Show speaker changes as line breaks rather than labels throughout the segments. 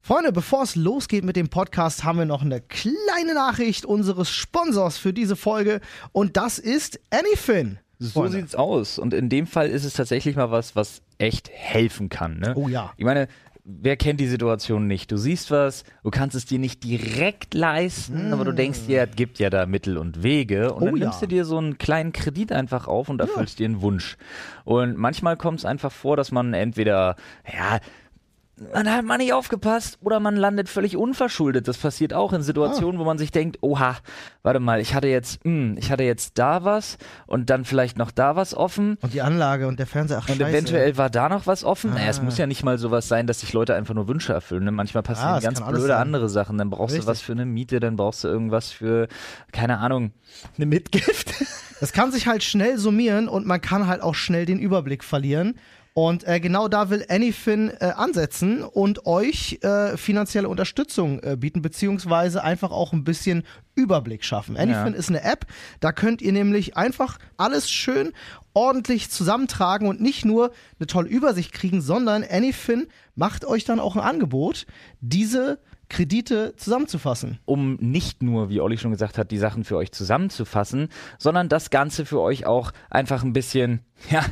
Freunde, bevor es losgeht mit dem Podcast, haben wir noch eine kleine Nachricht unseres Sponsors für diese Folge und das ist Anyfin.
So
Freunde.
sieht's aus. Und in dem Fall ist es tatsächlich mal was, was echt helfen kann. Ne?
Oh ja.
Ich meine, wer kennt die Situation nicht? Du siehst was, du kannst es dir nicht direkt leisten, aber du denkst dir, es gibt ja da Mittel und Wege. Und
Oh
dann
ja.
nimmst du dir so einen kleinen Kredit einfach auf und erfüllst dir einen Wunsch. Und manchmal kommt es einfach vor, dass man entweder, ja, man hat mal nicht aufgepasst oder man landet völlig unverschuldet. Das passiert auch in
Ah.
Situationen, wo man sich denkt, oha, warte mal, ich hatte jetzt, hm, ich hatte jetzt da was und dann vielleicht noch da was offen.
Und die Anlage und der Fernseher, ach
Und
scheiße.
eventuell war da noch was offen. Naja, es
Ah.
muss ja nicht mal sowas sein, dass sich Leute einfach nur Wünsche erfüllen. Ne? Manchmal passieren
Ah, es
ganz
kann alles
blöde
sein.
andere Sachen. Dann brauchst
Richtig.
du was für eine Miete, dann brauchst du irgendwas für, keine Ahnung, eine Mitgift.
Das kann sich halt schnell summieren und man kann halt auch schnell den Überblick verlieren. Und äh, genau da will Anyfin äh, ansetzen und euch äh, finanzielle Unterstützung äh, bieten, beziehungsweise einfach auch ein bisschen Überblick schaffen. Anyfin ist eine App, da könnt ihr nämlich einfach alles schön ordentlich zusammentragen und nicht nur eine tolle Übersicht kriegen, sondern Anyfin macht euch dann auch ein Angebot, diese Kredite zusammenzufassen.
um nicht nur, wie Olli schon gesagt hat, die Sachen für euch zusammenzufassen, sondern das Ganze für euch auch einfach ein bisschen, ja,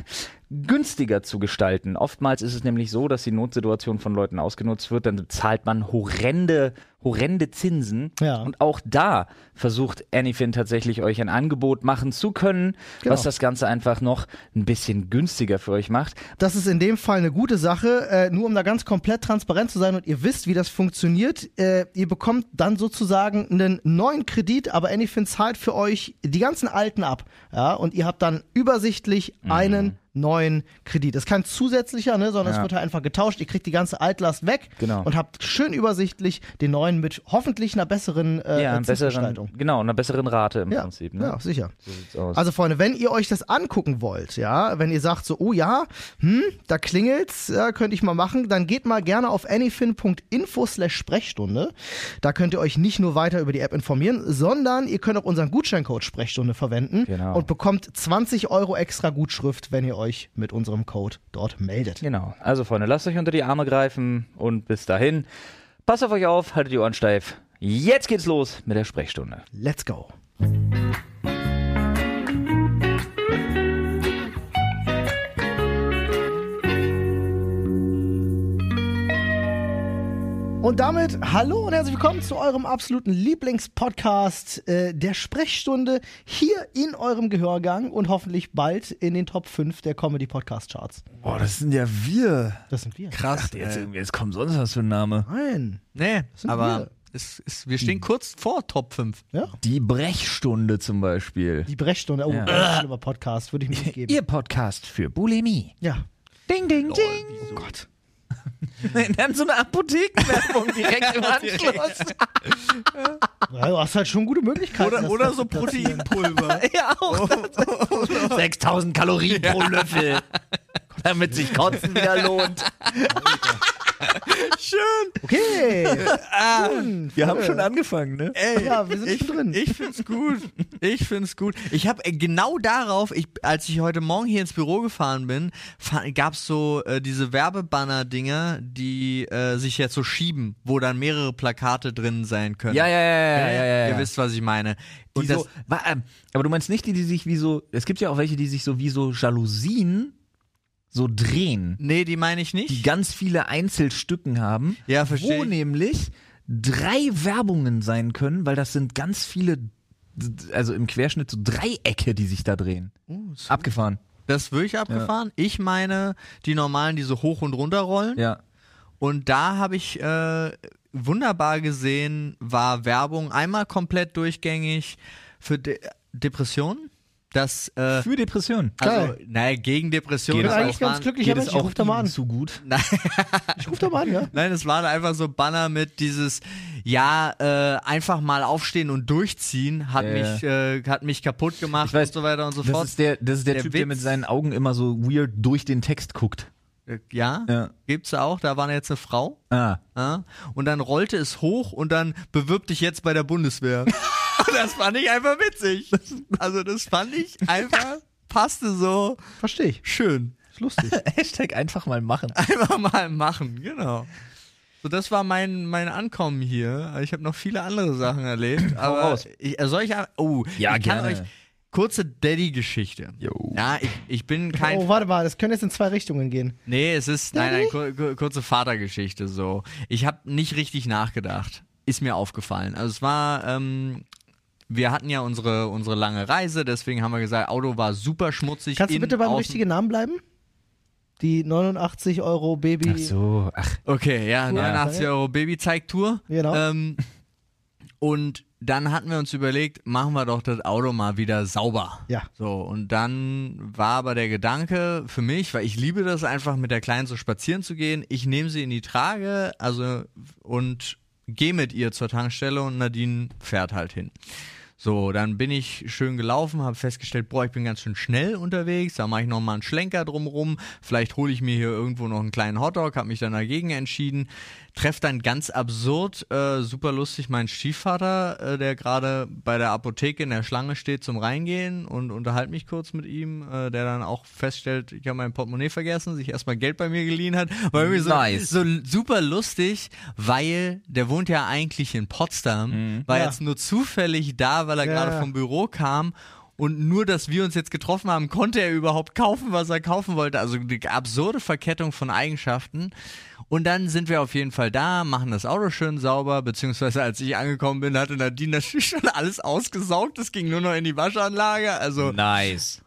günstiger zu gestalten. Oftmals ist es nämlich so, dass die Notsituation von Leuten ausgenutzt wird, dann zahlt man horrende, horrende Zinsen.
Ja.
Und auch da versucht Anyfin tatsächlich euch ein Angebot machen zu können,
Genau.
was das Ganze einfach noch ein bisschen günstiger für euch macht.
Das ist in dem Fall eine gute Sache, äh, nur um da ganz komplett transparent zu sein und ihr wisst, wie das funktioniert. Äh, ihr bekommt dann sozusagen einen neuen Kredit, aber Anyfin zahlt für euch die ganzen alten ab. Ja, und ihr habt dann übersichtlich
Mhm.
einen neuen Kredit. Das ist kein zusätzlicher, ne, sondern es
Ja.
wird halt einfach getauscht. Ihr kriegt die ganze Altlast weg
Genau.
und habt schön übersichtlich den neuen mit hoffentlich einer besseren äh,
Ja, einer
Zinsgestaltung.
besseren, genau, einer besseren Rate im
Ja,
Prinzip. Ne?
ja, sicher.
So sieht's aus.
Also Freunde, wenn ihr euch das angucken wollt, ja, wenn ihr sagt so, oh ja, hm, da klingelt's, ja, könnte ich mal machen, dann geht mal gerne auf anyfin.info slash Sprechstunde. Da könnt ihr euch nicht nur weiter über die App informieren, sondern ihr könnt auch unseren Gutscheincode Sprechstunde verwenden
Genau.
und bekommt 20 Euro extra Gutschrift, wenn ihr euch mit unserem Code dort meldet.
Genau. Also, Freunde, lasst euch unter die Arme greifen und bis dahin. Passt auf euch auf, haltet die Ohren steif. Jetzt geht's los mit der Sprechstunde.
Let's go. Und damit hallo und herzlich willkommen zu eurem absoluten Lieblingspodcast äh, der Sprechstunde hier in eurem Gehörgang und hoffentlich bald in den Top 5 der Comedy Podcast Charts.
Boah, das sind ja wir.
Das sind wir.
Krass. ey.
jetzt kommt sonst was für ein Name.
Nein.
Nee,
sind wir.
aber es ist, wir stehen kurz vor Top 5.
Ja.
Die Brechstunde zum Beispiel.
Die Brechstunde, oh, ja. schlimmer Podcast, würde ich mir nicht geben.
Ihr Podcast für Bulimie.
Ja.
Ding, ding, ding.
Oh Gott.
Dann so eine Apothekenwerbung direkt im Anschluss.
Ja, Du hast halt schon gute Möglichkeiten.
Oder,
das
oder
zu
so
platzieren.
Proteinpulver.
ja, auch. 6000 Kalorien pro Löffel. Damit sich Kotzen wieder lohnt.
Okay.
Wir haben schon angefangen, ne?
Ey,
Ja, wir sind
ich,
schon drin.
Ich find's gut. Ich find's gut. Ich habe genau darauf, ich, als ich heute Morgen hier ins Büro gefahren bin, fa- gab's so äh, diese Werbebanner-Dinger, die äh, sich jetzt so schieben, wo dann mehrere Plakate drin sein können.
Ja, ja, ja, ja,
Äh,
ja, ja.
Ihr
ja.
wisst, was ich meine. Die
Die so, wa- ähm, aber du meinst nicht die, die sich wie so, es gibt ja auch welche, die sich so wie so Jalousien so drehen,
nee, die meine ich nicht.
die ganz viele Einzelstücken haben,
Ja,
wo
verstehe. ich.
nämlich drei Werbungen sein können, weil das sind ganz viele, d- also im Querschnitt so Dreiecke, die sich da drehen.
Oh,
Abgefahren,
Das ist wirklich abgefahren. Ich meine die normalen, die so hoch und runter rollen.
ja.
Und da habe ich äh, wunderbar gesehen, war Werbung einmal komplett durchgängig für De Depressionen. Das, äh,
Für Depressionen.
also,
Geil.
naja, gegen Depressionen.
Ich bin
aber
eigentlich
es
ganz
waren-
glücklich, aber ich ruf da mal
Ihnen
an.
zu gut.
Ich ruf da mal an, ja.
Nein, es waren einfach so Banner mit dieses, ja, äh, einfach mal aufstehen und durchziehen, hat,
Ja.
mich, äh, hat mich kaputt gemacht
Ich weiß,
und so weiter und so
Das
fort.
ist der, das ist der,
Der
Typ, der
Witz.
mit seinen Augen immer so weird durch den Text guckt.
Äh, ja,
Ja.
gibt's auch, da war jetzt eine Frau.
Ah.
Ja? Und dann rollte es hoch und dann bewirb dich jetzt bei der Bundeswehr. und das fand ich einfach witzig. Also das fand ich einfach, passte so
Verstehe ich.
schön.
Ist lustig.
Hashtag einfach mal machen.
Einfach mal machen, genau. So, das war mein, mein Ankommen hier. Ich habe noch viele andere Sachen erlebt. aber
raus.
Ich, soll ich. a- Oh,
Ja,
ich kann
gerne.
euch. Kurze Daddy-Geschichte.
Jo.
Ja, ich, ich bin kein
Oh, warte mal, das können jetzt in zwei Richtungen gehen.
Nee, es ist nein, nein, kur kur kurze Vatergeschichte so. Ich habe nicht richtig nachgedacht. Ist mir aufgefallen. Also es war, ähm, wir hatten ja unsere, unsere lange Reise, deswegen haben wir gesagt, Auto war super schmutzig.
Kannst du
innen,
bitte beim
außen.
richtigen Namen bleiben? Die 89 Euro Baby.
Ach so, ach.
Okay, ja, 89
Ja.
Euro Babyzeigtour.
Genau.
Ähm, und dann hatten wir uns überlegt, machen wir doch das Auto mal wieder sauber.
Ja.
So, und dann war aber der Gedanke für mich, weil ich liebe das einfach, mit der Kleinen so spazieren zu gehen. Ich nehme sie in die Trage, also und gehe mit ihr zur Tankstelle und Nadine fährt halt hin. So, dann bin ich schön gelaufen, habe festgestellt, boah, ich bin ganz schön schnell unterwegs, da mache ich nochmal einen Schlenker drumrum, vielleicht hole ich mir hier irgendwo noch einen kleinen Hotdog, habe mich dann dagegen entschieden, treffe dann ganz absurd, äh, super lustig, meinen Stiefvater, äh, der gerade bei der Apotheke in der Schlange steht zum Reingehen und unterhalte mich kurz mit ihm, äh, der dann auch feststellt, ich habe mein Portemonnaie vergessen, sich erstmal Geld bei mir geliehen hat, war irgendwie so,
Nice.
so super lustig, weil der wohnt ja eigentlich in Potsdam, war
Ja.
jetzt nur zufällig da, weil er
Ja,
gerade
ja.
vom Büro kam. Und nur, dass wir uns jetzt getroffen haben, konnte er überhaupt kaufen, was er kaufen wollte. Also die absurde Verkettung von Eigenschaften. Und dann sind wir auf jeden Fall da, machen das Auto schön sauber, beziehungsweise als ich angekommen bin, hatte Nadine natürlich schon alles ausgesaugt. Es ging nur noch in die Waschanlage. Also
Nice.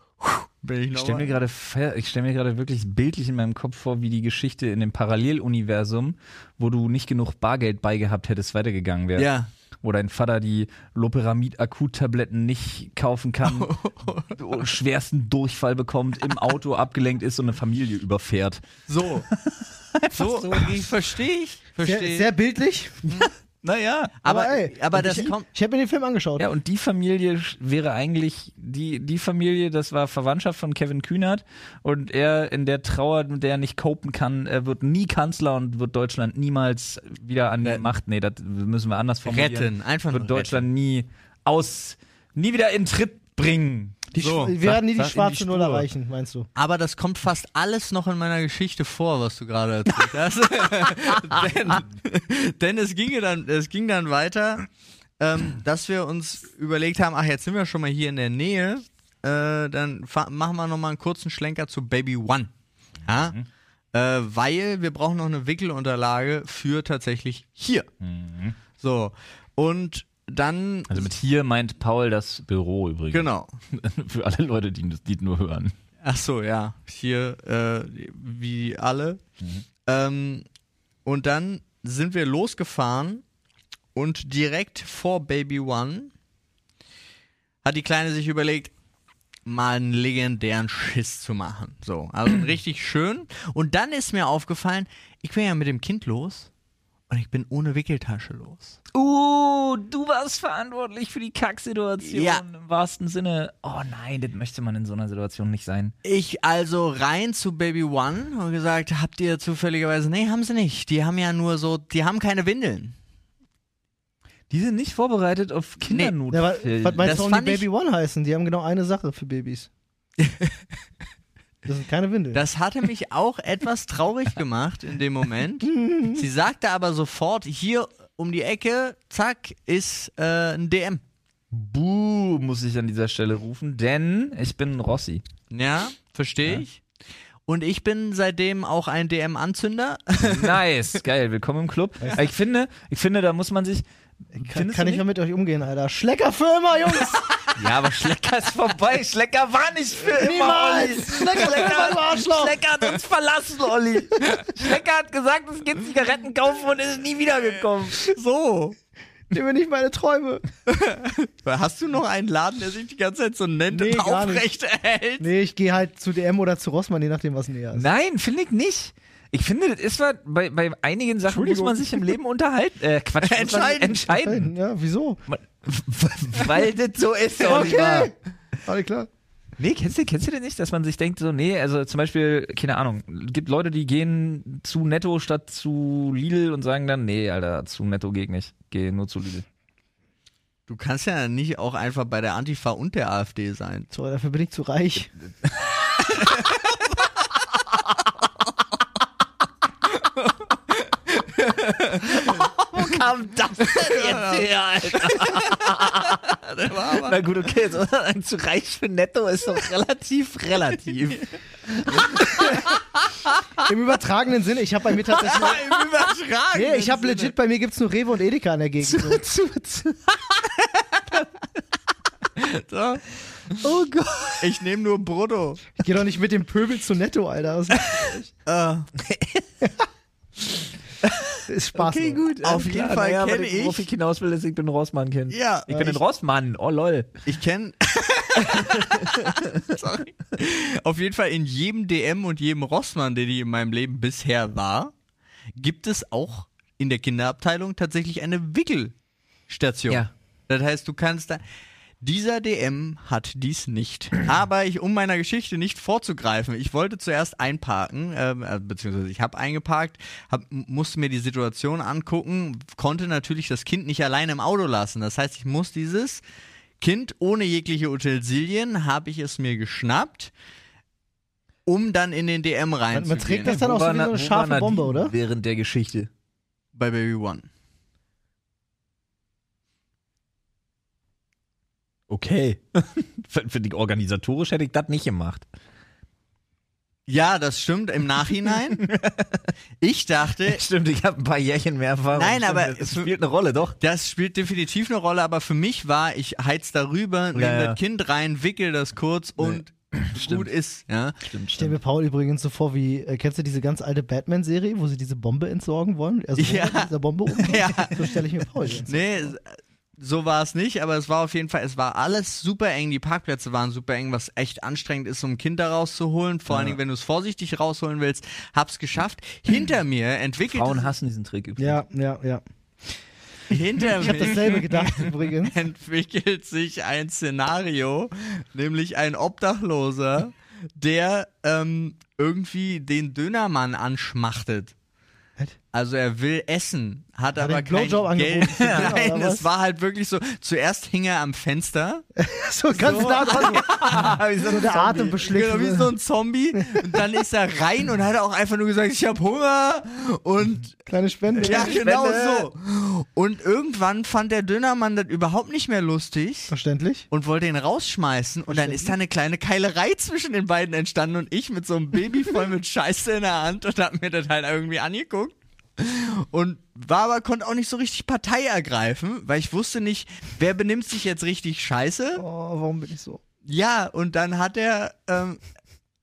bin ich
Ich
noch
stelle mir gerade ver- ich stell mir gerade wirklich bildlich in meinem Kopf vor, wie die Geschichte in dem Paralleluniversum, wo du nicht genug Bargeld beigehabt hättest, weitergegangen wäre.
Ja.
Wo dein Vater die Loperamid-Akuttabletten nicht kaufen kann, schwersten Durchfall bekommt, im Auto abgelenkt ist und eine Familie überfährt.
so. so, verstehe ich.
Sehr,
Verstehe
sehr bildlich.
Naja.
Aber,
aber ey,
aber
und
das
ich,
kommt.
Ich habe mir den Film angeschaut.
Ja, und die Familie sch- wäre eigentlich die, die Familie, das war Verwandtschaft von Kevin Kühnert und er in der Trauer, mit der er nicht copen kann, er wird nie Kanzler und wird Deutschland niemals wieder an die Macht. Nee, das müssen wir anders formulieren.
Retten, einfach nur
wird Deutschland nie aus, nie wieder in Tritt bringen.
Die
So,
Sch- wir werden nie
sag
die
in die
schwarze Null
Spur.
erreichen, meinst du?
Aber das kommt fast alles noch in meiner Geschichte vor, was du gerade erzählt hast. denn, denn es, ginge dann, es ging dann weiter, ähm, dass wir uns überlegt haben, ach, jetzt sind wir schon mal hier in der Nähe, äh, dann fa- machen wir nochmal einen kurzen Schlenker zu Baby One. Ja? Äh, weil wir brauchen noch eine Wickelunterlage für tatsächlich hier. So, und dann...
Also mit hier meint Paul das Büro übrigens.
genau.
Für alle Leute, die das Lied nur hören.
Ach so, ja. Hier, äh, wie alle. Ähm, und dann sind wir losgefahren und direkt vor Baby One hat die Kleine sich überlegt, mal einen legendären Schiss zu machen. So, also richtig schön. Und dann ist mir aufgefallen, ich bin ja mit dem Kind los und ich bin ohne Wickeltasche los.
Uh, du warst verantwortlich für die Kacksituation
Ja.
im wahrsten Sinne. Oh nein, das möchte man in so einer Situation nicht sein.
Ich also rein zu Baby One und gesagt, habt ihr zufälligerweise, nee, haben sie nicht. Die haben ja nur so, die haben keine Windeln.
Die sind nicht vorbereitet auf Kindernot.
Ja, wa- was meinst
Äh, das
du, warum
fand
die
ich-
Baby One heißen? Die haben genau eine Sache für Babys. das sind keine Windeln.
Das hatte mich auch etwas traurig gemacht in dem Moment. Sie sagte aber sofort, hier um die Ecke, zack, ist äh, ein DM.
Buh, muss ich an dieser Stelle rufen, denn ich bin ein Rossi.
Ja, verstehe ich. Und ich bin seitdem auch ein DM-Anzünder.
Nice, geil, willkommen im Club. Ich finde, ich finde, da muss man sich.
kann
findest
kann
du
ich mal mit euch umgehen, Alter. Schleckerfirma, Jungs!
nicht? Ja, aber Schlecker ist vorbei. Schlecker war nicht für immer, Olli.
Niemals! Schleckerfirma, du Arschloch!
Schlecker hat uns verlassen, Olli. Schlecker hat gesagt, es geht Zigaretten kaufen und ist nie wiedergekommen.
So.
Nimm mir nicht meine Träume.
Hast du noch einen Laden, der sich die ganze Zeit so nennt
Nee,
und
gar nicht.
aufrecht erhält?
Nee, ich gehe halt zu DM oder zu Rossmann, je nachdem, was näher ist.
Nein, finde ich nicht. Ich finde, das ist was, bei, bei einigen Sachen muss man sich im Leben unterhalten. Äh, Quatsch, muss man sich
Entscheiden.
entscheiden.
Ja, wieso?
Weil das so ist, Oliver.
Okay! Alles klar.
Nee, kennst du, kennst du denn nicht, dass man sich denkt, so, nee, also zum Beispiel, keine Ahnung, gibt Leute, die gehen zu Netto statt zu Lidl und sagen dann, nee, Alter, zu Netto geht nicht, geh nur zu Lidl.
Du kannst ja nicht auch einfach bei der Antifa und der AfD sein.
So, dafür bin ich zu reich.
kam das denn jetzt her, Alter? Na gut, okay, jetzt muss man sagen, zu reich für netto ist doch relativ, relativ.
Im übertragenen Sinne, ich habe bei mir tatsächlich.
Im Übertragen.
Nee, ich habe legit bei mir gibt's nur Rewe und Edeka in der Gegend. So. ne?
Oh Gott. Ich nehme nur Brutto.
Ich geh doch nicht mit dem Pöbel zu Netto, Alter. Das
Äh,
ist Spaß.
okay,
nur.
gut. Auf jeden Fall
Ähm, naja,
kenne
Wenn Profik
ich.
hinaus will, ist, ich bin Rossmann-Kind.
Ja,
Ich bin
Äh,
ein Rossmann, oh lol.
Ich kenne. Sorry. Auf jeden Fall in jedem DM und jedem Rossmann, den ich in meinem Leben bisher war, gibt es auch in der Kinderabteilung tatsächlich eine Wickelstation.
Ja.
Das heißt, du kannst da. Dieser DM hat dies nicht. Aber ich, um meiner Geschichte nicht vorzugreifen, ich wollte zuerst einparken, ähm, äh, beziehungsweise ich habe eingeparkt, hab, m- musste mir die Situation angucken, konnte natürlich das Kind nicht allein im Auto lassen. Das heißt, ich muss dieses Kind ohne jegliche Utensilien, habe ich es mir geschnappt, um dann in den DM
Man,
reinzugehen.
man trägt das dann auch so wie so eine scharfe Bombe, oder?
Während der Geschichte.
bei Baby One.
Okay. für, für die organisatorisch hätte ich das nicht gemacht.
Ja, das stimmt im Nachhinein. ich dachte,
Äh.
Stimmt, ich habe ein paar Jährchen mehr Erfahrung.
Nein,
Stimmt,
aber
das
für-
spielt eine Rolle, doch.
das spielt definitiv eine Rolle, aber für mich war, ich heiz darüber, nehme
ja.
das Kind rein, wickel das kurz und gut
Stimmt.
ist. Ja.
Stimmt,
Ich stelle mir Paul übrigens so vor, wie, äh, kennst du diese ganz alte Batman-Serie, wo sie diese Bombe entsorgen wollen? Also
Ja.
mit dieser Bombe umgeht?
Ja.
So stelle ich mir Paul jetzt.
Nee, äh, so war es nicht, aber es war auf jeden Fall, es war alles super eng, die Parkplätze waren super eng, was echt anstrengend ist, um ein Kind da rauszuholen, vor allen Dingen, wenn du es vorsichtig rausholen willst, hab's geschafft. Hinter mir entwickelt,
Frauen hassen diesen Trick übrigens.
Ja, ja, ja.
hinter
Ich habe
mir
dasselbe gedacht übrigens.
entwickelt sich ein Szenario, nämlich ein Obdachloser, der ähm, irgendwie den Dönermann anschmachtet.
Was?
Also er will essen, hat
er
aber
einen
kein
Blowjob
Geld.
angeboten? Oder
Nein,
was?
es war halt wirklich so. Zuerst hing er am Fenster,
So ganz nah dran.
Ah,
so der Atem beschlägt.
genau wie so ein Zombie. Und dann ist er rein und hat auch einfach nur gesagt, ich habe Hunger und
Kleine Spende.
ja genau so. Und irgendwann fand der Dönermann das überhaupt nicht mehr lustig.
Verständlich.
und wollte ihn rausschmeißen und dann ist da eine kleine Keilerei zwischen den beiden entstanden und ich mit so einem Baby voll mit Scheiße in der Hand und hab mir das halt irgendwie angeguckt und war aber konnte auch nicht so richtig Partei ergreifen, weil ich wusste nicht, wer benimmt sich jetzt richtig Scheiße.
Oh, warum bin ich so?
Ja, und dann hat er ähm,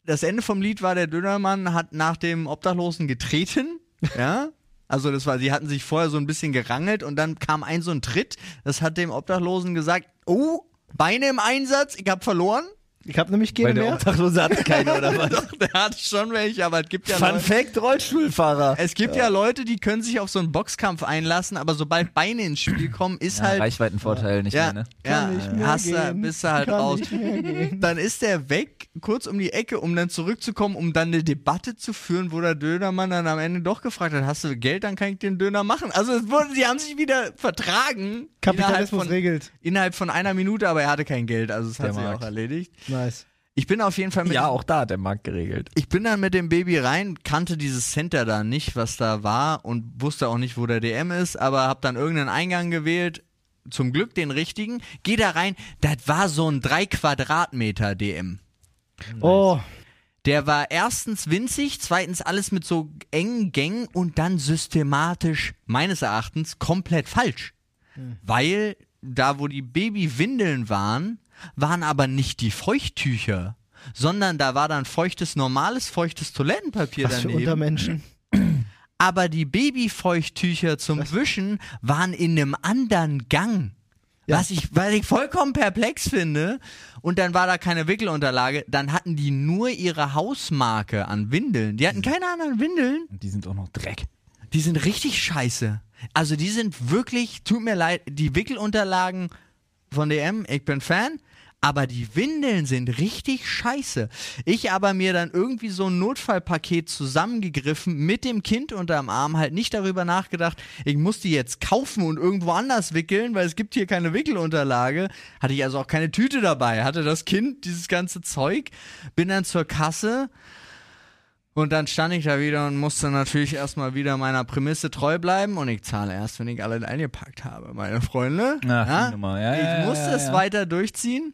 das Ende vom Lied war der Dönermann hat nach dem Obdachlosen getreten, ja? Also das war, die hatten sich vorher so ein bisschen gerangelt und dann kam ein so ein Tritt, das hat dem Obdachlosen gesagt, oh, Beine im Einsatz, ich hab verloren.
Ich habe nämlich
Weil
gegen
der
mehr.
Obdachlose hat keine, oder was?
Doch, der hat schon welche, aber es gibt ja
Fun
Leute,
Fact, Rollstuhlfahrer.
es gibt ja. Leute, die können sich auf so einen Boxkampf einlassen, aber sobald Beine ins Spiel kommen, ist halt
Reichweitenvorteil, nicht
ja,
mehr, ne?
ja,
Kann nicht mehr
hast du,
gehen.
bist du halt
Kann
raus.
nicht mehr gehen.
Dann ist er weg, kurz um die Ecke, um dann zurückzukommen, um dann eine Debatte zu führen, wo der Dönermann dann am Ende doch gefragt hat, hast du Geld, dann kann ich den Döner machen. Also es wurde, die haben sich wieder vertragen.
Kapitalismus
innerhalb von,
regelt.
innerhalb von einer Minute, aber er hatte kein Geld, also es
Der
hat sich
Markt.
auch erledigt.
Nice.
Ich bin auf jeden Fall mit
Ja, auch da hat der Markt geregelt.
ich bin dann mit dem Baby rein, kannte dieses Center da nicht, was da war und wusste auch nicht, wo der DM ist, aber hab dann irgendeinen Eingang gewählt, zum Glück den richtigen, geh da rein, das war so ein 3 Quadratmeter DM.
Oh,
Der war erstens winzig, zweitens alles mit so engen Gängen und dann systematisch, meines Erachtens, komplett falsch.
Hm.
Weil da, wo die Babywindeln waren, waren aber nicht die Feuchttücher, sondern da war dann feuchtes, normales, feuchtes Toilettenpapier
was für
daneben.
Untermenschen.
Aber die Babyfeuchttücher zum Wischen waren in einem anderen Gang. Was, ich, was ich vollkommen perplex finde. Und dann war da keine Wickelunterlage. Dann hatten die nur ihre Hausmarke an Windeln. Die hatten keine anderen Windeln.
Und die sind auch noch Dreck.
Die sind richtig scheiße. Also die sind wirklich, tut mir leid, die Wickelunterlagen von DM, ich bin Fan. Aber die Windeln sind richtig scheiße. Ich aber mir dann irgendwie so ein Notfallpaket zusammengegriffen, mit dem Kind unterm Arm, halt nicht darüber nachgedacht, ich muss die jetzt kaufen und irgendwo anders wickeln, weil es gibt hier keine Wickelunterlage. Hatte ich also auch keine Tüte dabei, hatte das Kind dieses ganze Zeug, bin dann zur Kasse Und dann stand ich da wieder und musste natürlich erstmal wieder meiner Prämisse treu bleiben und ich zahle erst, wenn ich alle eingepackt habe, meine Freunde.
Ach, die Nummer. Ja,
ich
ja, ja,
musste
ja,
es
ja.
weiter durchziehen,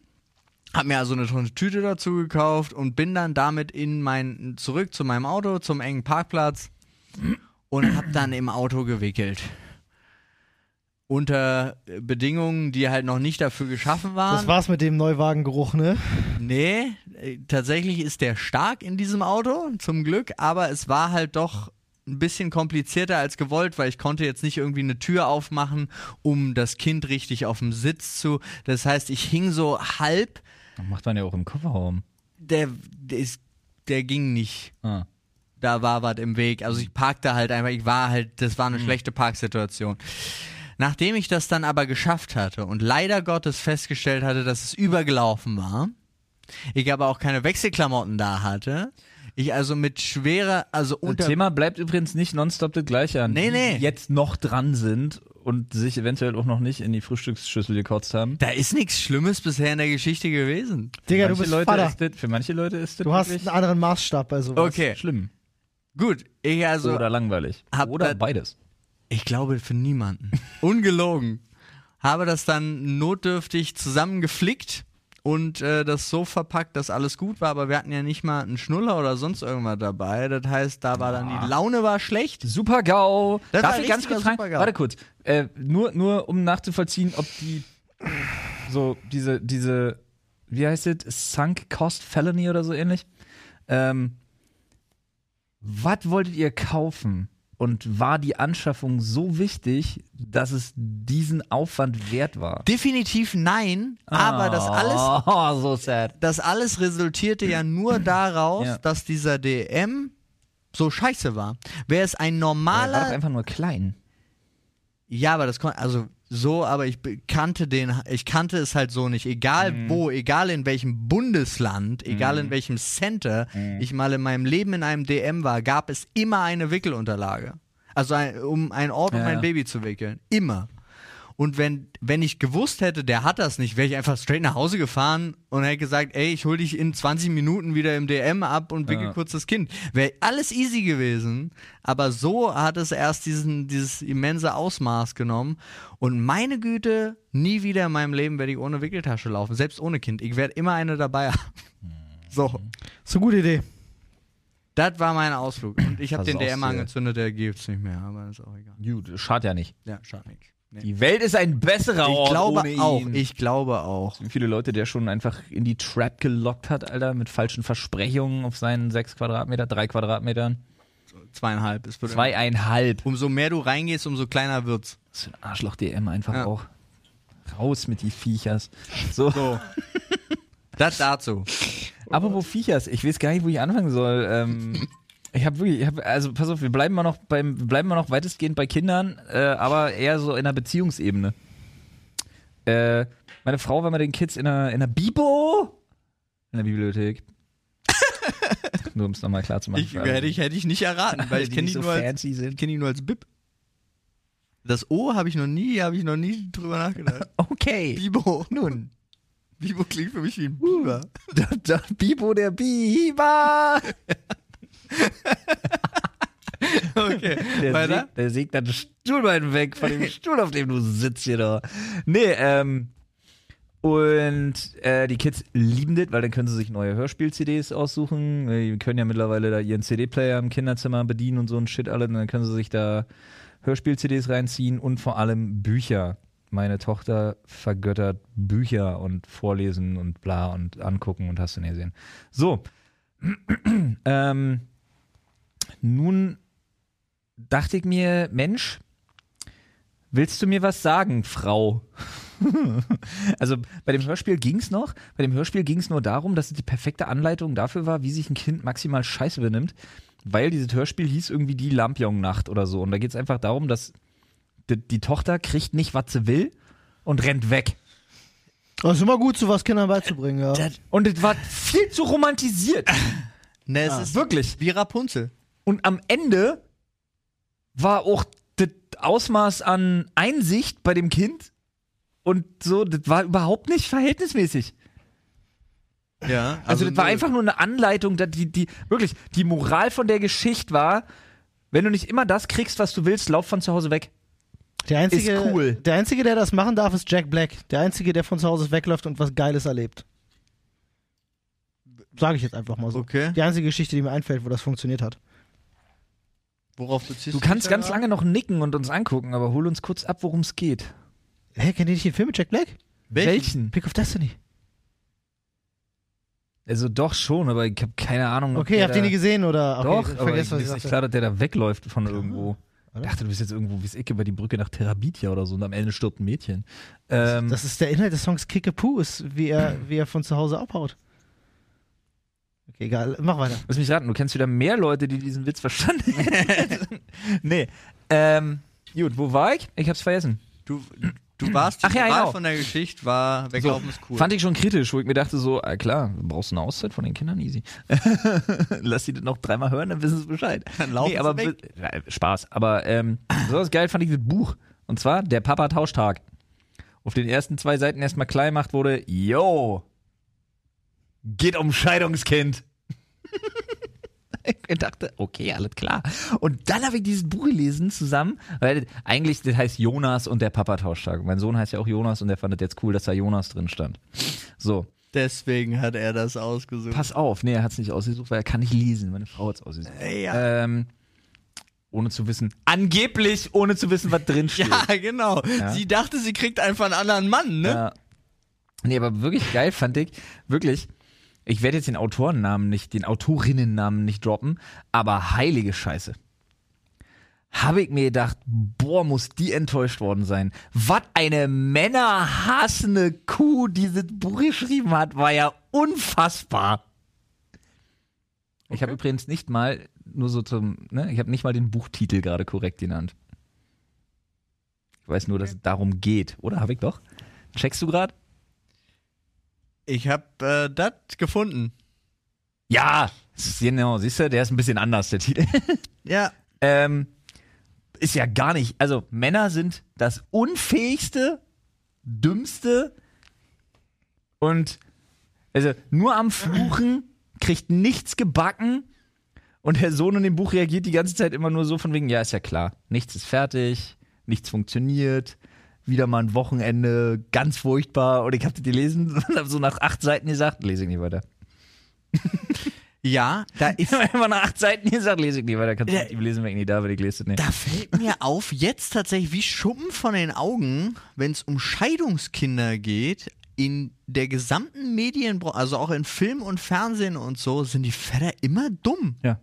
habe mir also eine Tonne Tüte dazu gekauft und bin dann damit in mein zurück zu meinem Auto, zum engen Parkplatz und habe dann im Auto gewickelt. Unter äh, Bedingungen, die halt noch nicht dafür geschaffen waren.
Das war's mit dem Neuwagengeruch, ne?
Nee, äh, tatsächlich ist der stark in diesem Auto, zum Glück, aber es war halt doch ein bisschen komplizierter als gewollt, weil ich konnte jetzt nicht irgendwie eine Tür aufmachen, um das Kind richtig auf dem Sitz zu. Das heißt, ich hing so halb,
Das macht man ja auch im Kofferraum.
der, der, ist, der ging nicht.
Ah.
Da war was im Weg. Also ich parkte halt einfach, ich war halt, das war eine schlechte Parksituation. Nachdem ich das dann aber geschafft hatte und leider Gottes festgestellt hatte, dass es übergelaufen war, ich aber auch keine Wechselklamotten da hatte, ich also mit schwerer, also
Das
unter
Thema bleibt übrigens nicht nonstop das gleiche an.
Nee,
die
nee.
Jetzt noch dran sind und sich eventuell auch noch nicht in die Frühstücksschüssel gekotzt haben.
Da ist nichts Schlimmes bisher in der Geschichte gewesen.
Digga, du
Manche
bist
Leute
Vater.
Ist das, für manche Leute ist das
Du hast
wirklich
einen anderen Maßstab bei sowas.
Okay,
schlimm.
gut. Ich also
oder langweilig.
Hab
Oder
da-
beides.
Ich glaube für niemanden. Ungelogen. Habe das dann notdürftig zusammengeflickt und äh, das so verpackt, dass alles gut war, aber wir hatten ja nicht mal einen Schnuller oder sonst irgendwas dabei. Das heißt, da war dann
Ah.
die Laune war schlecht.
Super GAU.
Das war
Darf ich
richtiger
ganz kurz fragen?
Super-GAU.
Warte kurz. Äh, nur, nur um nachzuvollziehen, ob die so diese, diese, wie heißt es, Sunk Cost Felony oder so ähnlich. Ähm, was wolltet ihr kaufen? Und war die Anschaffung so wichtig, dass es diesen Aufwand wert war?
Definitiv nein, aber das alles
Oh, so sad.
das alles resultierte ja nur daraus,
Ja.
dass dieser DM so scheiße war. Wäre es ein
Er war doch
normaler
einfach nur klein.
Ja, aber das konnte, also so, aber ich be- kannte den, ich kannte es halt so nicht. Egal
Mhm.
wo, egal in welchem Bundesland, egal in welchem Center
Mhm.
ich mal in meinem Leben in einem DM war, gab es immer eine Wickelunterlage. Also ein, um einen Ort, um
Ja,
mein
ja.
Baby zu wickeln. Immer. Und wenn, wenn ich gewusst hätte, der hat das nicht, wäre ich einfach straight nach Hause gefahren und hätte gesagt, ey, ich hol dich in 20 Minuten wieder im DM ab und wickel
Ja.
kurz das Kind. Wäre alles easy gewesen, aber so hat es erst diesen, dieses immense Ausmaß genommen. Und meine Güte, nie wieder in meinem Leben werde ich ohne Wickeltasche laufen, selbst ohne Kind. Ich werde immer eine dabei haben.
Mhm.
So,
Ist eine gute Idee.
das war mein Ausflug. Und ich habe
Also
den
auch
DM
sehr-
angezündet, der gibt's nicht mehr, aber ist auch egal.
Gut, schadet ja nicht.
Ja, schade nicht. Nee.
Die Welt ist ein besserer
Ich
Ort.
glaube
ohne
auch,
ihn.
ich glaube auch.
Wie viele Leute der schon einfach in die Trap gelockt hat, Alter, mit falschen Versprechungen auf seinen sechs Quadratmeter, drei Quadratmetern.
Zweieinhalb. Es wird
Zweieinhalb.
Umso mehr du reingehst, umso kleiner wird's.
Das ist ein Arschloch-DM einfach
Ja.
auch. Raus mit die Viechers. So.
Das dazu.
Apropos Viechers, ich weiß gar nicht, wo ich anfangen soll. Ähm, ich habe wirklich, ich hab, also pass auf, wir bleiben mal noch beim, wir bleiben mal noch weitestgehend bei Kindern, äh, aber eher so in der Beziehungsebene. Äh, meine Frau war mit den Kids in der, in der Bibo, in der Bibliothek. Nur um es nochmal klar zu machen.
Ich, hätte, ich, hätte ich nicht erraten, weil ich kenne die,
so
nur als-
fancy
ich
sind.
kenn die nur als Bib. Das O habe ich noch nie, habe ich noch nie drüber nachgedacht.
Okay.
Bibo. Nun. Bibo klingt für mich wie ein Biber.
Da, da, Bibo der Biber.
Okay,
Der,
weiter.
sägt, der sägt dann das Stuhlbein weg von dem Stuhl, auf dem du sitzt hier da. Nee, ähm. Und äh, die Kids lieben das, weil dann können sie sich neue Hörspiel-CDs aussuchen. Äh, Die können ja mittlerweile da ihren CD-Player im Kinderzimmer bedienen und so ein Shit alles. Und dann können sie sich da Hörspiel-CDs reinziehen und vor allem Bücher. Meine Tochter vergöttert Bücher und vorlesen und bla und angucken und hast du nicht gesehen. So. ähm, nun dachte ich mir, Mensch, willst du mir was sagen, Frau? also bei dem Hörspiel ging's noch. Bei dem Hörspiel ging's nur darum, dass es die perfekte Anleitung dafür war, wie sich ein Kind maximal scheiße benimmt, weil dieses Hörspiel hieß irgendwie die Lampion-Nacht oder so. Und da geht's einfach darum, dass die, die Tochter kriegt nicht, was sie will und rennt weg.
Das ist immer gut, sowas Kindern beizubringen, ja.
Und es war viel zu romantisiert.
Ne, es ist
Wirklich.
wie Rapunzel.
Und am Ende war auch das Ausmaß an Einsicht bei dem Kind und so, das war überhaupt nicht verhältnismäßig.
Ja,
Also, das war
nö.
einfach nur eine Anleitung, da die, die, wirklich, die Moral von der Geschichte war, wenn du nicht immer das kriegst, was du willst, lauf von zu Hause weg.
Der einzige,
Ist cool.
der einzige, der das machen darf, ist Jack Black. Der einzige, der von zu Hause wegläuft und was Geiles erlebt. Sage ich jetzt einfach mal so.
Okay.
Die einzige Geschichte, die mir einfällt, wo das funktioniert hat.
Worauf beziehst
Du kannst
dich
ganz
da?
lange noch nicken und uns angucken, aber hol uns kurz ab, worum es geht.
Hä, kennt ihr nicht den Film mit Jack Black?
Welchen?
Pick of Destiny.
Also doch schon, aber ich habe keine Ahnung. ob
Okay,
der
habt ihr
da-
nie gesehen oder? Okay,
Hm. Doch, aber
vergesst, was
mir
ich
ist nicht
sagte.
klar, dass der da wegläuft von irgendwo. Ich
oder?
dachte, du bist jetzt irgendwo wie Ecke über die Brücke nach Therabitia oder so und am Ende stirbt ein Mädchen. Ähm,
Das ist der Inhalt des Songs Kickapoo, ist, wie er, wie er von zu Hause abhaut. Okay, egal, mach weiter.
Lass mich raten, du kennst wieder mehr Leute, die diesen Witz verstanden hätten. nee. Ähm, gut, wo war ich? Ich hab's vergessen.
Du, du warst die
Ach ja,
Moral
genau.
von der Geschichte, war weglaufen ist cool.
Fand ich schon kritisch, wo ich mir dachte so, ah, klar, du brauchst eine Auszeit von den Kindern, easy. Lass die das noch dreimal hören, dann wissen sie Bescheid.
Dann laufen
nee, aber
sie weg.
be- Ja, Spaß. Aber ähm, besonders geil fand ich das Buch. Und zwar Der Papa-Tauschtag. Auf den ersten zwei Seiten erstmal klein gemacht wurde, yo, geht um Scheidungskind. ich dachte, okay, alles klar. Und dann habe ich dieses Buch gelesen zusammen, weil das- eigentlich das heißt Jonas und der Papa-Tauschtag. Mein Sohn heißt ja auch Jonas und der fand das jetzt cool, dass da Jonas drin stand. So,
Deswegen hat er das ausgesucht.
pass auf. Nee, er hat es nicht ausgesucht, weil er kann nicht lesen. Meine Frau hat es ausgesucht.
Ja.
Ähm, ohne zu wissen, angeblich ohne zu wissen, was drin steht.
ja, genau. Sie dachte, sie kriegt einfach einen anderen Mann, ne?
Ja. Nee, aber wirklich geil fand ich, wirklich, ich werde jetzt den Autorennamen nicht, den Autorinnennamen nicht droppen, aber heilige Scheiße. Habe ich mir gedacht, boah, muss die enttäuscht worden sein. Was eine männerhassende Kuh dieses Buch geschrieben hat, war ja unfassbar. Ich habe übrigens nicht mal, nur so zum, ne, ich habe nicht mal den Buchtitel gerade korrekt genannt. Ich weiß nur, dass es darum geht, oder? Habe ich doch? Checkst du gerade?
Ich hab äh, das gefunden.
Ja, s- genau, siehst du, der ist ein bisschen anders, der Titel.
Ja.
ähm, ist ja gar nicht, also Männer sind das unfähigste, dümmste und also nur am Fluchen, kriegt nichts gebacken und Herr Sohn in dem Buch reagiert die ganze Zeit immer nur so von wegen, ja, ist ja klar, nichts ist fertig, nichts funktioniert, wieder mal ein Wochenende, ganz furchtbar und ich habe die gelesen und habe so nach acht Seiten gesagt, lese ich nicht weiter.
Ja, da ist.
Ich habe immer nach acht Seiten gesagt, lese ich nicht weiter. Kannst du
Ja.
nicht lesen, wenn ich nicht da bin, ich lese das nicht.
Da fällt mir auf, jetzt tatsächlich wie Schuppen von den Augen, wenn es um Scheidungskinder geht, in der gesamten Medienbranche, also auch in Film und Fernsehen und so, sind die Väter immer dumm.
Ja.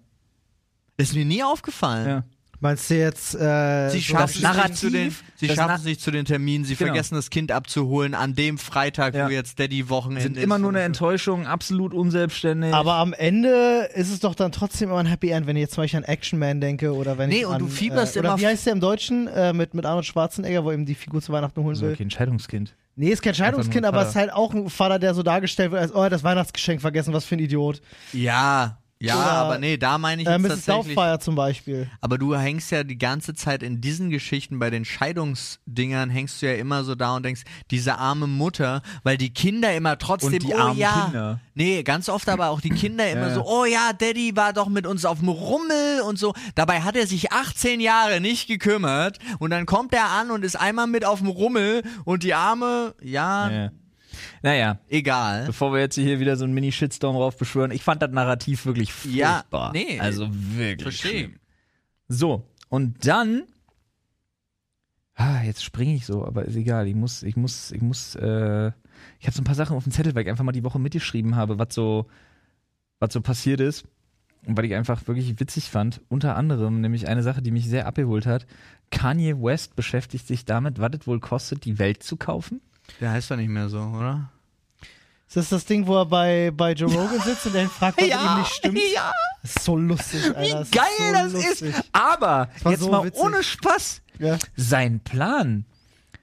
Das ist mir nie aufgefallen.
Ja. Also
Meinst du jetzt, äh,
Sie
so-
schaffen
das
es nicht
Narrativ,
zu den, sie
das
schaffen
Na-
es nicht zu den Terminen, sie
Genau.
vergessen das Kind abzuholen an dem Freitag,
Ja.
wo jetzt Daddy Wochenende
Sind
ist
immer nur
und
eine
so.
Enttäuschung, absolut unselbstständig.
aber am Ende ist es doch dann trotzdem immer ein Happy End, wenn ich jetzt zum Beispiel an Action Man denke oder wenn
Nee,
ich
und
an,
du fieberst
äh, oder
immer-
wie heißt der im Deutschen äh, mit, mit Arnold Schwarzenegger, wo ihm die Figur zu Weihnachten holen
so,
will?
okay, Entscheidungskind.
Nee, ist kein Scheidungskind,
Einfach nur ein
aber es ist halt auch ein Vater, der so dargestellt wird, als, oh, er hat das Weihnachtsgeschenk vergessen, was für ein Idiot.
Ja, ja,
Oder,
aber nee, da meine ich
Äh,
jetzt
Mrs.
tatsächlich.
Doubtfire zum Beispiel.
Aber du hängst ja die ganze Zeit in diesen Geschichten bei den Scheidungsdingern, hängst du ja immer so da und denkst, diese arme Mutter, weil die Kinder immer trotzdem,
Und die
oh
armen
ja.
Kinder.
Nee, ganz oft aber auch die Kinder immer
ja.
so, oh ja, Daddy war doch mit uns auf dem Rummel und so. Dabei hat er sich 18 Jahre nicht gekümmert und dann kommt er an und ist einmal mit auf dem Rummel und die arme, ja,
Ja. Naja,
egal.
bevor wir jetzt hier wieder so einen Mini-Shitstorm drauf beschwören, ich fand das Narrativ wirklich
Ja,
furchtbar.
nee.
Also wirklich.
Verstehe.
So, und dann. Ah, jetzt springe ich so, aber ist egal. Ich muss, ich muss, ich muss, äh, ich habe so ein paar Sachen auf dem Zettel, weil ich einfach mal die Woche mitgeschrieben habe, was so, was so passiert ist. Und weil ich einfach wirklich witzig fand. Unter anderem nämlich eine Sache, die mich sehr abgeholt hat. Kanye West beschäftigt sich damit, was es wohl kostet, die Welt zu kaufen.
Der heißt doch nicht mehr so, oder?
Ist das das Ding, wo er bei, bei Joe Rogan sitzt und er ihn fragt, was ihm nicht stimmt?
ja.
Das ist so lustig, Alter.
Wie
Das ist
geil
so
das
lustig.
ist. Aber
war
jetzt
so
mal
witzig.
ohne Spaß.
Ja,
Sein Plan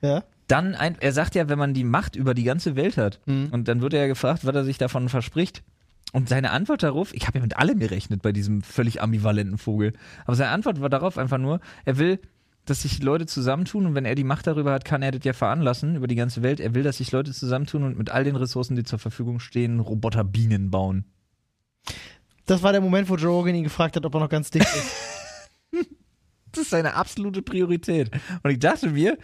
ja.
dann ein, er sagt ja, wenn man die Macht über die ganze Welt hat, und dann wird er ja gefragt, was er sich davon verspricht. Und seine Antwort darauf, ich habe ja mit allem gerechnet bei diesem völlig ambivalenten Vogel, aber seine Antwort war darauf einfach nur, er will dass sich Leute zusammentun und wenn er die Macht darüber hat, kann er das ja veranlassen über die ganze Welt. Er will, dass sich Leute zusammentun und mit all den Ressourcen, die zur Verfügung stehen, Roboterbienen bauen.
Das war der Moment, wo Joe Rogan ihn gefragt hat, ob er noch ganz dick ist.
Das ist seine absolute Priorität. Und ich dachte mir,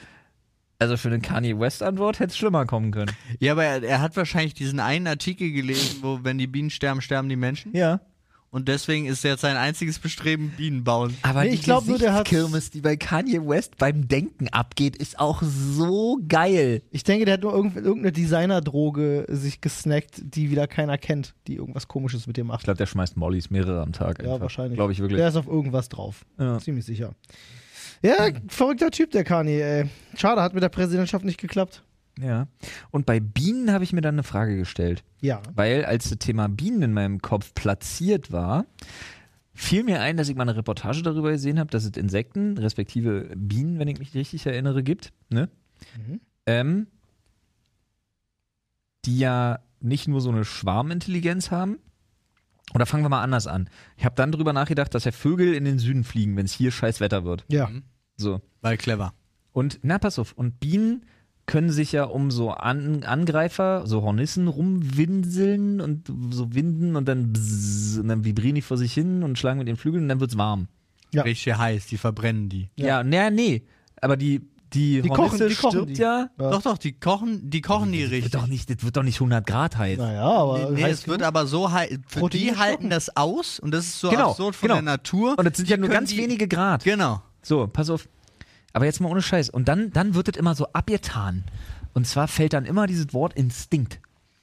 also für eine Kanye West-Antwort hätte es schlimmer kommen können.
Ja, aber er, er hat wahrscheinlich diesen einen Artikel gelesen, wo wenn die Bienen sterben, sterben die Menschen.
Ja.
Und deswegen ist jetzt sein einziges Bestreben Bienen bauen.
Aber
Nee,
die
ich glaub nur, der hat-
Gesichtskirmes, die bei Kanye West beim Denken abgeht, ist auch so geil.
Ich denke, der hat nur irgend- irgendeine Designerdroge sich gesnackt, die wieder keiner kennt, die irgendwas komisches mit dem macht.
Ich glaube, der schmeißt Mollys mehrere am Tag.
Ja,
einfach.
wahrscheinlich.
Glaube ich wirklich.
Der ist auf irgendwas drauf.
Ja.
Ziemlich sicher. Ja, verrückter Typ, der Kani, ey. Schade, hat mit der Präsidentschaft nicht geklappt.
Ja. Und bei Bienen habe ich mir dann eine Frage gestellt,
Ja.
weil als das Thema Bienen in meinem Kopf platziert war, fiel mir ein, dass ich mal eine Reportage darüber gesehen habe, dass es Insekten, respektive Bienen, wenn ich mich richtig erinnere, gibt, ne?
Mhm.
Ähm, die ja nicht nur so eine Schwarmintelligenz haben. Oder fangen wir mal anders an. Ich habe dann drüber nachgedacht, dass ja Vögel in den Süden fliegen, wenn es hier scheiß Wetter wird.
Ja.
So.
Weil clever.
Und, na, pass auf, und Bienen können sich ja um so An Angreifer, so Hornissen rumwinseln und so winden und dann bzzz, und dann vibrieren die vor sich hin und schlagen mit den Flügeln und dann wird's warm.
Ja.
Richtig heiß, die verbrennen die.
Ja, na, nee, aber die, die,
Die kochen-
Hornisse
die kochen
stirbt
die.
ja.
Ja.
Doch, doch, die kochen, die kochen die
Das wird,
richtig.
doch nicht, das wird doch nicht 100 Grad heiß.
Naja, aber.
Nee, nee,
heißt
es wird aber so heiß. Für
Proteine
die
stoppen.
halten das aus und das ist so
Genau,
absurd von
genau.
der Natur.
Und das sind ja
Die
nur
können
ganz
die-
wenige Grad.
Genau.
So, pass auf. Aber jetzt mal ohne Scheiß. Und dann, dann wird das immer so abgetan. Und zwar fällt dann immer dieses Wort Instinkt.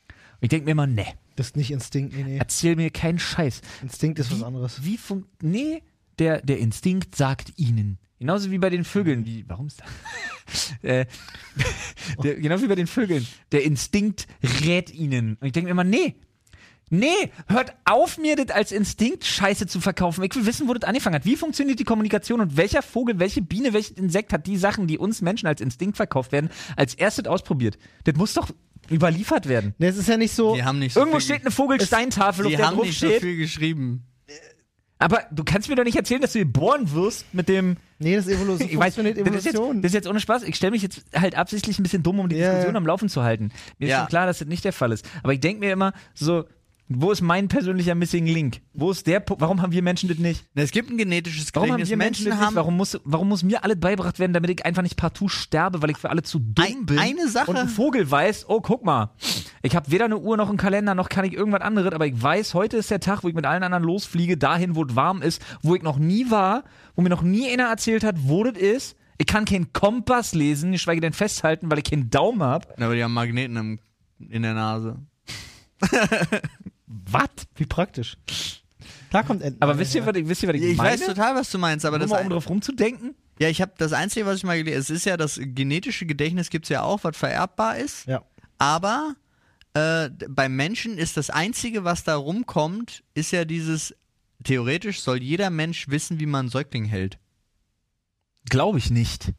Und ich denke mir immer, ne,
das ist nicht Instinkt, nee, nee.
erzähl mir keinen Scheiß.
Instinkt ist was anderes.
Wie fun Nee, der, der Instinkt sagt ihnen. Genauso wie bei den Vögeln. Wie, warum ist das? äh, der, genau wie bei den Vögeln. Der Instinkt rät ihnen. Und ich denke mir immer, nee. Nee, hört auf, mir das als Instinkt Scheiße zu verkaufen. Ich will wissen, wo das angefangen hat. Wie funktioniert die Kommunikation und welcher Vogel, welche Biene, welches Insekt hat die Sachen, die uns Menschen als Instinkt verkauft werden, als erstes ausprobiert? Das muss doch überliefert werden.
Nee, es ist ja nicht so.
Die haben nicht so
Oh, Irgendwo
viel
steht eine Vogelsteintafel, auf
Die
der
haben
drauf
nicht so
steht.
viel geschrieben.
Aber du kannst mir doch nicht erzählen, dass du geboren wirst mit dem.
Nee, das ist Evolution.
Ich weiß, das
funktioniert
ist, jetzt,
Evolution.
das ist jetzt ohne Spaß. Ich stelle mich jetzt halt absichtlich ein bisschen dumm, um die
Ja,
Diskussion
ja.
am Laufen zu halten. Mir
Ja.
ist schon klar, dass das nicht der Fall ist. Aber ich denke mir immer so, wo ist mein persönlicher Missing Link? Wo ist der Punkt? Warum haben wir Menschen das nicht?
Na, Es gibt ein genetisches
Warum haben
Gedächtnis.
wir Menschen, das
Menschen
nicht?
haben
Warum muss, warum muss mir alles beigebracht werden, damit ich einfach nicht partout sterbe, weil ich für alle zu dumm
Ein-
bin?
eine Sache-
Und ein Vogel weiß, oh, guck mal, ich habe weder eine Uhr noch einen Kalender, noch kann ich irgendwas anderes, aber ich weiß, heute ist der Tag, wo ich mit allen anderen losfliege, dahin, wo es warm ist, wo ich noch nie war, wo mir noch nie einer erzählt hat, wo das ist. Ich kann keinen Kompass lesen, geschweige denn festhalten, weil ich keinen Daumen habe.
Na, aber die haben Magneten im, in der Nase.
Was?
Wie praktisch. Da kommt Enten.
Aber wisst ihr, was ich, wisst ihr, was ich,
Ich
meine?
weiß total, was du meinst, aber
Nur
das
mal, um drauf rumzudenken?
Ja, ich habe das einzige, was ich mal gelesen, es ist ja das genetische Gedächtnis gibt's ja auch, was vererbbar ist,
Ja.
aber äh, d- beim Menschen ist das einzige, was da rumkommt, ist ja dieses theoretisch soll jeder Mensch wissen, wie man einen Säugling hält.
Glaube ich nicht.
Äh.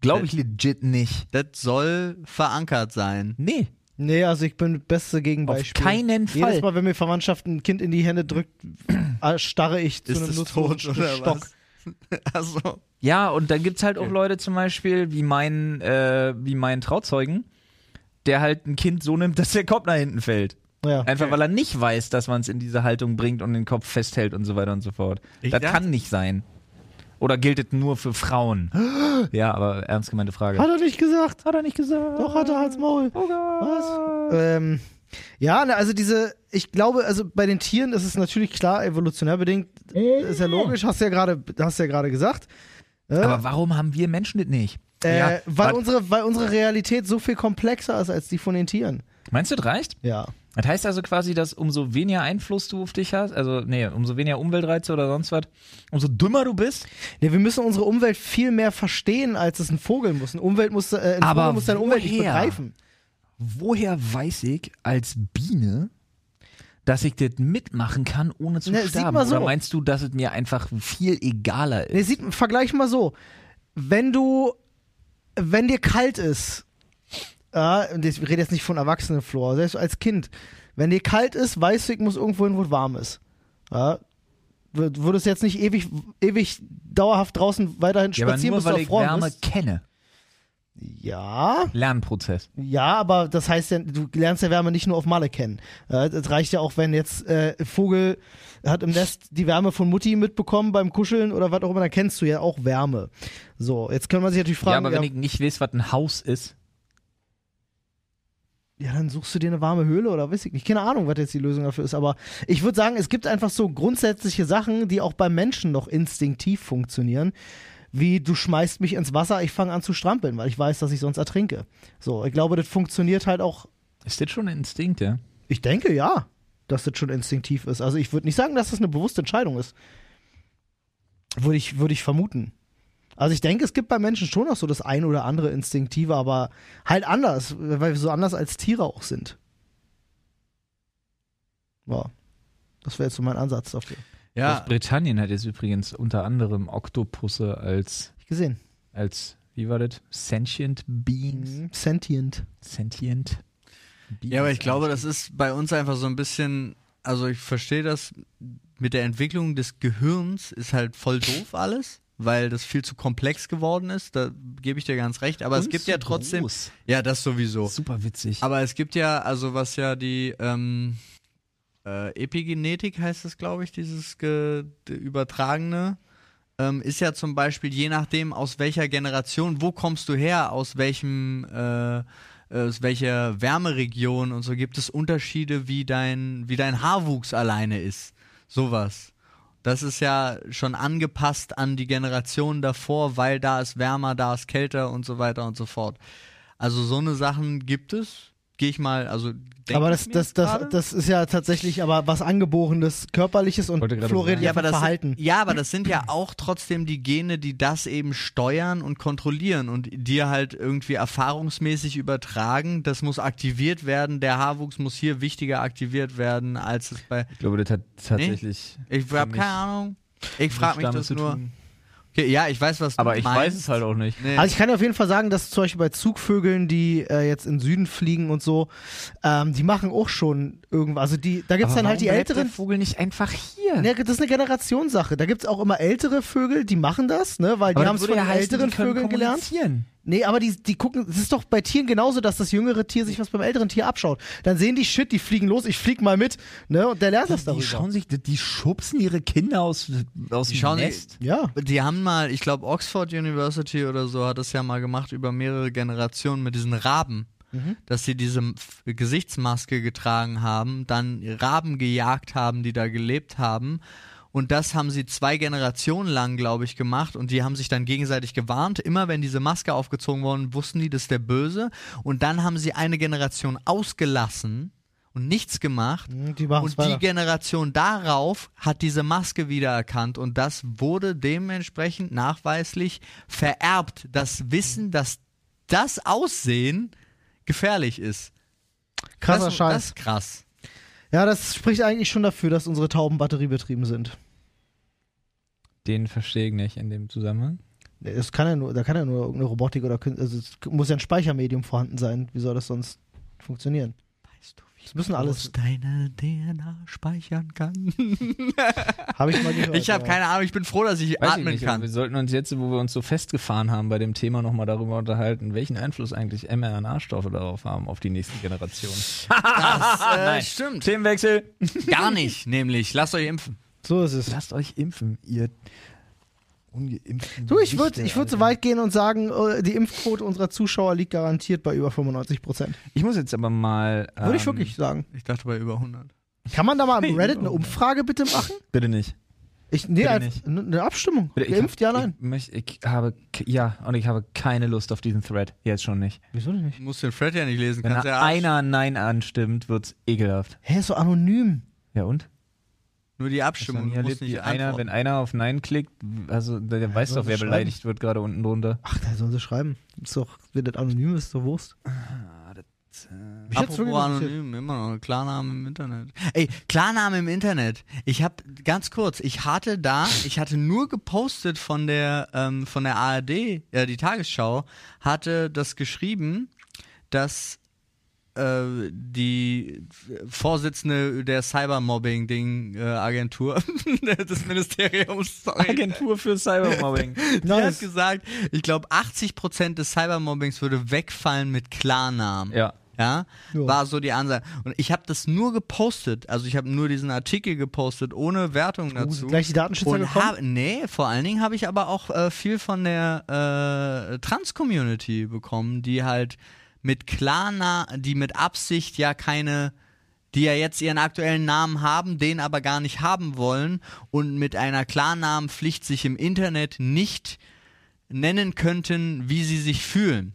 Glaube ich legit nicht.
Das soll verankert sein.
Nee.
Nee, also ich bin das beste Gegenbeispiel.
Auf keinen Fall.
Jedes Mal, wenn mir Verwandtschaft ein Kind in die Hände drückt, äh, starre ich zu
Ist
einem
es
nutzlosen
tot oder
Stock.
was? Also,
Ja, und dann gibt's halt auch Leute zum Beispiel, wie mein, äh, wie mein Trauzeugen, der halt ein Kind so nimmt, dass der Kopf nach hinten fällt.
Ja.
Einfach weil er nicht weiß, dass man es in diese Haltung bringt und den Kopf festhält und so weiter und so fort.
Ich
das
dachte-
kann nicht sein. Oder gilt es nur für Frauen? ja, aber ernst gemeinte Frage.
Hat er nicht gesagt.
Hat er nicht gesagt.
Doch, hat er als Maul.
Oh
Was?
Gott.
Ähm, ja, ne, also diese, ich glaube, also bei den Tieren ist es natürlich klar evolutionär bedingt, ist ja logisch, hast du ja gerade, hast du ja gerade gesagt. Äh,
Aber warum haben wir Menschen das nicht?
äh,
Ja,
weil,
wat-
unsere, weil unsere Realität so viel komplexer ist als die von den Tieren.
Meinst du, das reicht?
Ja.
Das heißt also quasi, dass umso weniger Einfluss du auf dich hast, also nee, umso weniger Umweltreize oder sonst was, umso dümmer du bist,
Nee, wir müssen unsere Umwelt viel mehr verstehen, als es ein Vogel muss. Ein, Umwelt muss, äh, ein
Aber
Vogel muss seine Umwelt nicht
woher?
begreifen.
woher weiß ich als Biene, dass ich das mitmachen kann, ohne zu
Na, sieh
sterben?
mal so.
Oder meinst du, dass es mir einfach viel egaler
Nee,
ist?
sieht, vergleich mal so. Wenn du, wenn dir kalt ist, ja, und ich rede jetzt nicht von Erwachsenen, Flor, selbst als Kind, wenn dir kalt ist, weißt du, ich muss irgendwo hin, wo es warm ist. Ja, w- würdest jetzt nicht ewig, ewig dauerhaft draußen weiterhin
Ja, aber
spazieren,
nur,
bis du
weil ich
erfroren
Wärme
bist.
kenne.
Ja,
Lernprozess.
ja, aber das heißt ja, du lernst ja Wärme nicht nur auf Malle kennen. Äh, das reicht ja auch, wenn jetzt äh, Vogel hat im Nest die Wärme von Mutti mitbekommen beim Kuscheln oder was auch immer, dann kennst du ja auch Wärme. So, jetzt kann man sich natürlich
ja,
fragen,
aber wenn ich nicht weiß, was ein Haus ist,
Ja, dann suchst du dir eine warme Höhle oder weiß ich nicht. Keine Ahnung, was jetzt die Lösung dafür ist. Aber ich würde sagen, es gibt einfach so grundsätzliche Sachen, die auch beim Menschen noch instinktiv funktionieren. Wie du schmeißt mich ins Wasser, ich fange an zu strampeln, weil ich weiß, dass ich sonst ertrinke. So, ich glaube, das funktioniert halt auch.
ist das schon ein Instinkt, ja?
Ich denke ja, dass das schon instinktiv ist. Also ich würde nicht sagen, dass das eine bewusste Entscheidung ist. Würde ich, würde ich vermuten. Also ich denke, es gibt bei Menschen schon noch so das ein oder andere Instinktive, aber halt anders, weil wir so anders als Tiere auch sind. Ja. Das wäre jetzt so mein Ansatz dafür. Hab
Ja,
Großbritannien hat jetzt übrigens unter anderem Oktopusse als,
Ich gesehen.
als wie war das? Sentient Beings.
Mhm. Sentient.
Sentient Beings.
Mhm. ja, aber ich glaube, das ist bei uns einfach so ein bisschen, also ich verstehe das mit der Entwicklung des Gehirns ist halt voll doof alles, weil das viel zu komplex geworden ist, da gebe ich dir ganz recht, aber es
Und
gibt ja
so
trotzdem
groß.
Ja, das sowieso.
Super witzig.
Aber es gibt ja, also was ja die ähm, äh, Epigenetik heißt es, glaube ich, dieses ge d- übertragene, ähm, ist ja zum Beispiel je nachdem aus welcher Generation, wo kommst du her, aus welchem äh, aus welcher Wärmeregion und so gibt es Unterschiede, wie dein wie dein Haarwuchs alleine ist, sowas. Das ist ja schon angepasst an die Generation davor, weil da ist wärmer, da ist kälter und so weiter und so fort. Also so eine Sachen gibt es. Gehe ich mal, also denk
aber
ich
das,
mir
das,
jetzt gerade.
das, das ist ja tatsächlich aber was Angeborenes, Körperliches und
Wollte gerade
Flo redet
sagen.
ja,
aber
von
das
Verhalten.
Ja, aber das sind ja auch trotzdem die Gene, die das eben steuern und kontrollieren und dir halt irgendwie erfahrungsmäßig übertragen. Das muss aktiviert werden. Der Haarwuchs muss hier wichtiger aktiviert werden, als es bei.
ich glaube, das hat tatsächlich.
Ich habe
mich
keine Ahnung. Ich frage mich
damit
das
zu
nur.
tun.
Okay, ja, ich weiß, was du
Aber ich
meinst.
weiß es halt auch nicht.
Nee.
Also ich kann dir auf jeden Fall sagen, dass zum Beispiel bei Zugvögeln, die äh, jetzt in den Süden fliegen und so, ähm, die machen auch schon irgendwas. Also die, da gibt es
Aber
dann halt die
warum bleibt
älteren.
Der Vogel nicht einfach hier.
Ne, das ist eine Generationssache. Da gibt es auch immer ältere Vögel, die machen das, ne? Weil die
Aber das
haben es
würde
von
ja
den
heißen,
älteren
die können
Vögeln gelernt.
kommunizieren.
Nee, aber die, die gucken, es ist doch bei Tieren genauso, dass das jüngere Tier sich was beim älteren Tier abschaut. Dann sehen die Shit, die fliegen los, ich flieg mal mit, ne? Und der lernt das
Die
darüber.
schauen sich, die schubsen ihre Kinder aus, aus
Die
dem
schauen-
Nest.
ja.
Die haben mal, ich glaube, Oxford University oder so hat das ja mal gemacht über mehrere Generationen mit diesen Raben,
Mhm.
dass sie diese F- Gesichtsmaske getragen haben, dann Raben gejagt haben, die da gelebt haben. Und das haben sie zwei Generationen lang, glaube ich, gemacht. Und die haben sich dann gegenseitig gewarnt. Immer wenn diese Maske aufgezogen worden, wussten die, das ist der Böse. Und dann haben sie eine Generation ausgelassen und nichts gemacht.
Mhm, die machen's
Und
weiter.
die Generation darauf hat diese Maske wiedererkannt und das wurde dementsprechend nachweislich vererbt. Das Wissen, dass das Aussehen gefährlich ist.
Krasser
das,
Scheiß.
Das ist krass.
Ja, das spricht eigentlich schon dafür, dass unsere Tauben batteriebetrieben sind.
Den verstehe ich nicht in dem Zusammenhang.
Nee, Das kann ja nur, da kann ja nur irgendeine Robotik oder Kün- also es muss ja ein Speichermedium vorhanden sein. Wie soll das sonst funktionieren?
Weißt du, wie
Das müssen alles.
groß deine DNA speichern kann?
Habe ich mal gehört.
Ich habe
aber-
keine Ahnung, ich bin froh, dass ich
Weiß ich
atmen
nicht, aber
kann.
wir sollten uns jetzt, wo wir uns so festgefahren haben bei dem Thema, nochmal darüber unterhalten, welchen Einfluss eigentlich mRNA-Stoffe darauf haben, auf die nächsten Generationen.
Das äh,
Nein.
stimmt.
Themenwechsel.
Gar nicht, nämlich. Lasst euch impfen.
So ist es.
Lasst euch impfen, ihr ungeimpften.
Du, ich würde
Wichte,
ich würd so
Alter.
weit gehen und sagen, äh, die Impfquote unserer Zuschauer liegt garantiert bei über 95 Prozent.
Ich muss jetzt aber mal.
Würde ich
ähm,
wirklich sagen.
Ich dachte bei über 100.
Kann man da mal im Reddit eine Umfrage bitte machen?
ähm, Bitte nicht.
Ich, nee,
Bitte
einfach
nicht.
eine eine Abstimmung.
Bitte, ich
Geimpft,
hab-
ja, nein.
Ich, möcht- ich habe. ke- Ja, und ich habe keine Lust auf diesen Thread. Jetzt schon nicht.
Wieso denn nicht?
Du musst den Fred ja nicht lesen.
Wenn
Kannst ja
einer Nein anstimmt, wird's ekelhaft.
Hä, ist so anonym.
Ja und?
Nur die
Ich
Abstimmung. Du
hier
musst
erlebt, wie
nicht
einer,
antworten.
wenn einer auf Nein klickt, also der weiß
soll
doch, wer
das
beleidigt wird gerade unten drunter.
Ach, da sollen sie schreiben. Ist doch, wenn das anonym ist, ist doch Wurst. Ah, Mich hat's
Apropos
wirklich interessiert.
anonym, immer noch. Klarnamen im Internet. Ey, Klarnamen im Internet. Ich hab, ganz kurz, ich hatte da, ich hatte nur gepostet von der, ähm, von der ARD, äh, die Tagesschau, hatte das geschrieben, dass äh, die Vorsitzende der Cybermobbing-Ding-Agentur des Ministeriums. Sorry.
Agentur für Cybermobbing.
Die hat gesagt, ich glaube, 80% des Cybermobbings würde wegfallen mit Klarnamen.
ja.
Ja,
Ja.
war so die Ansage. Und ich habe das nur gepostet. Also ich habe nur diesen Artikel gepostet, ohne Wertung dazu.
gleich die Datenschützer
Und
gekommen?
hab, nee, vor allen Dingen habe ich aber auch äh, viel von der äh, Trans-Community bekommen, die halt mit Klarna, die mit Absicht ja keine, die ja jetzt ihren aktuellen Namen haben, den aber gar nicht haben wollen und mit einer Klarnamenpflicht sich im Internet nicht nennen könnten, wie sie sich fühlen.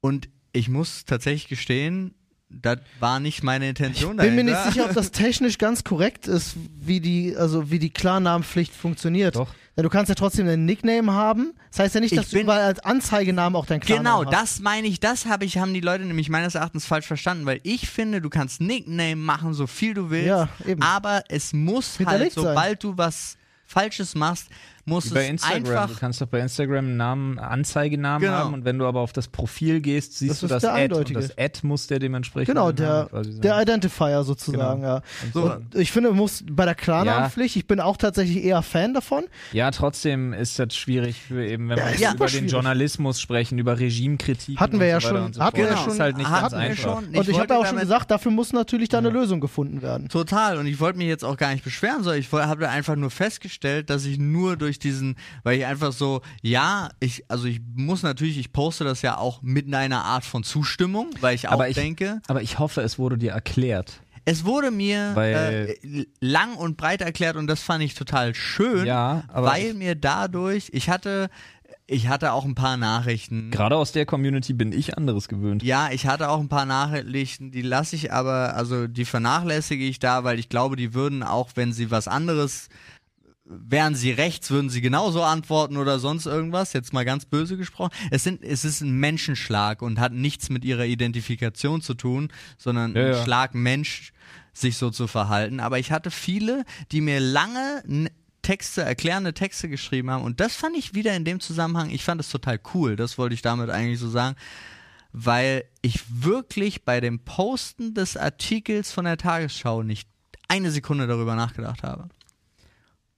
Und ich muss tatsächlich gestehen, das war nicht meine Intention
Bin mir nicht
dahinter.
sicher, ob das technisch ganz korrekt ist, wie die, also wie die Klarnamenpflicht funktioniert.
Doch.
Ja, du kannst ja trotzdem einen Nickname haben. Das heißt ja nicht,
Ich
dass du
bin-
überall als Anzeigenamen auch deinen
Genau,
Klarnamen hast.
das meine ich, das habe ich, haben die Leute nämlich meines Erachtens falsch verstanden, weil ich finde, du kannst Nickname machen, so viel du willst,
Ja, eben.
aber es muss halt,
Hinterlegt sein.
sobald du was Falsches machst, muss
Wie bei
es
Instagram. Du
einfach.
kannst doch bei Instagram einen Namen, einen Anzeigenamen
Genau.
haben und wenn du aber auf das Profil gehst, siehst
Das
du
ist
das
der
Ad und
eindeutige.
das Ad muss der dementsprechend
Genau, der, der Identifier sozusagen, ja.
Genau. So.
Und ich finde, muss bei der Klarnamenpflicht, ich bin auch tatsächlich eher Fan davon.
Ja, trotzdem ist das schwierig für eben, wenn wir jetzt
ja,
über den
schwierig.
Journalismus sprechen, über Regimekritik.
Hatten
und
wir ja
so weiter
schon-
Und so
hatten
fort.
wir ja
Das
schon-
Ist halt nicht
Genau. hatten
ganz
wir
einfach.
schon.
Und ich,
wollte
habe ja auch schon
damit-
gesagt, dafür muss natürlich da eine Lösung gefunden werden.
Total, und ich wollte mir jetzt auch gar nicht beschweren, sondern ich habe einfach nur festgestellt, dass ich nur durch diesen, weil ich einfach so, ja, ich, also ich muss natürlich, ich poste das ja auch mit einer Art von Zustimmung, weil ich auch
Aber ich,
denke.
aber ich hoffe, es wurde dir erklärt.
Es wurde mir
Weil-
äh, lang und breit erklärt und das fand ich total schön,
Ja, aber
weil
ich-
mir dadurch, ich hatte, ich hatte auch ein paar Nachrichten.
Gerade aus der Community bin ich anderes gewöhnt.
ja, ich hatte auch ein paar Nachrichten, die lasse ich aber, also die vernachlässige ich da, weil ich glaube, die würden auch, wenn sie was anderes, wären sie rechts, würden sie genauso antworten oder sonst irgendwas, jetzt mal ganz böse gesprochen. Es, sind, es ist ein Menschenschlag und hat nichts mit ihrer Identifikation zu tun, sondern
Ja,
ein
ja.
Schlag Mensch, sich so zu verhalten. Aber ich hatte viele, die mir lange n- Texte, erklärende Texte geschrieben haben und das fand ich wieder in dem Zusammenhang, ich fand es total cool, das wollte ich damit eigentlich so sagen weil ich wirklich bei dem Posten des Artikels von der Tagesschau nicht eine Sekunde darüber nachgedacht habe.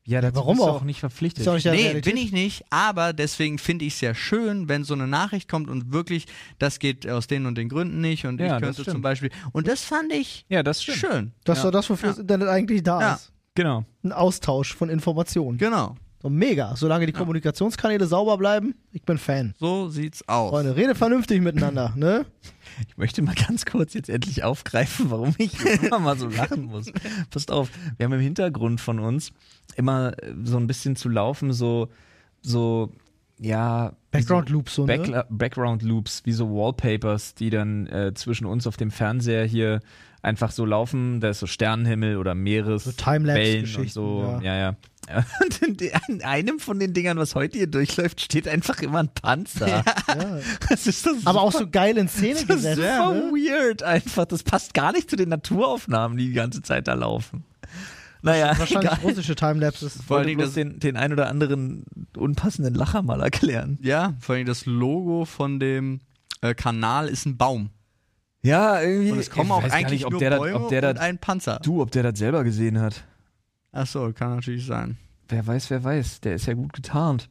Ja, dazu
warum
bist du
auch?
auch nicht verpflichtet.
Ist ja auch nicht der
nee,
Realität.
bin ich nicht, aber deswegen finde ich es ja schön, wenn so eine Nachricht kommt und wirklich, das geht aus den und den Gründen nicht und
Ja,
ich
das
könnte
stimmt.
zum Beispiel. Und das fand ich
ja, das stimmt.
schön.
Das ist doch das, wofür das Internet eigentlich da
Ja.
ist.
Genau.
Ein Austausch von Informationen.
Genau.
So mega. Solange die Kommunikationskanäle sauber bleiben, ich bin Fan.
So sieht's aus.
Freunde, redet vernünftig miteinander, ne?
Ich möchte mal ganz kurz jetzt endlich aufgreifen, warum ich immer mal so lachen muss. Passt auf, wir haben im Hintergrund von uns immer äh, so ein bisschen zu laufen, so, so, ja. wie so-
Background Loops so, ne?
Backla- Background Loops, wie so Wallpapers, die dann äh, zwischen uns auf dem Fernseher hier einfach so laufen. Da ist so Sternenhimmel oder Meeres. So Wellen und
Timelapse-Geschichten,
so.
ja.
Ja, ja. Und in de- an einem von den Dingern, was heute hier durchläuft, steht einfach immer ein Panzer.
Ja.
Das ist das
Aber auch so geil in Szene
das ist
gesetzt.
so
ne?
weird einfach. Das passt gar nicht zu den Naturaufnahmen, die die ganze Zeit da laufen. Naja,
Wahrscheinlich
egal.
russische Timelapses.
Ich wollte bloß den, den ein oder anderen unpassenden Lacher mal erklären.
Ja, vor allem das Logo von dem äh, Kanal ist ein Baum.
Ja, irgendwie.
Und es kommen auch eigentlich
ob
nur
der
Bäume
das, ob der
und
das,
ein Panzer.
Du, ob der das selber gesehen hat.
Achso, kann natürlich sein.
Wer weiß, wer weiß. Der ist ja gut getarnt.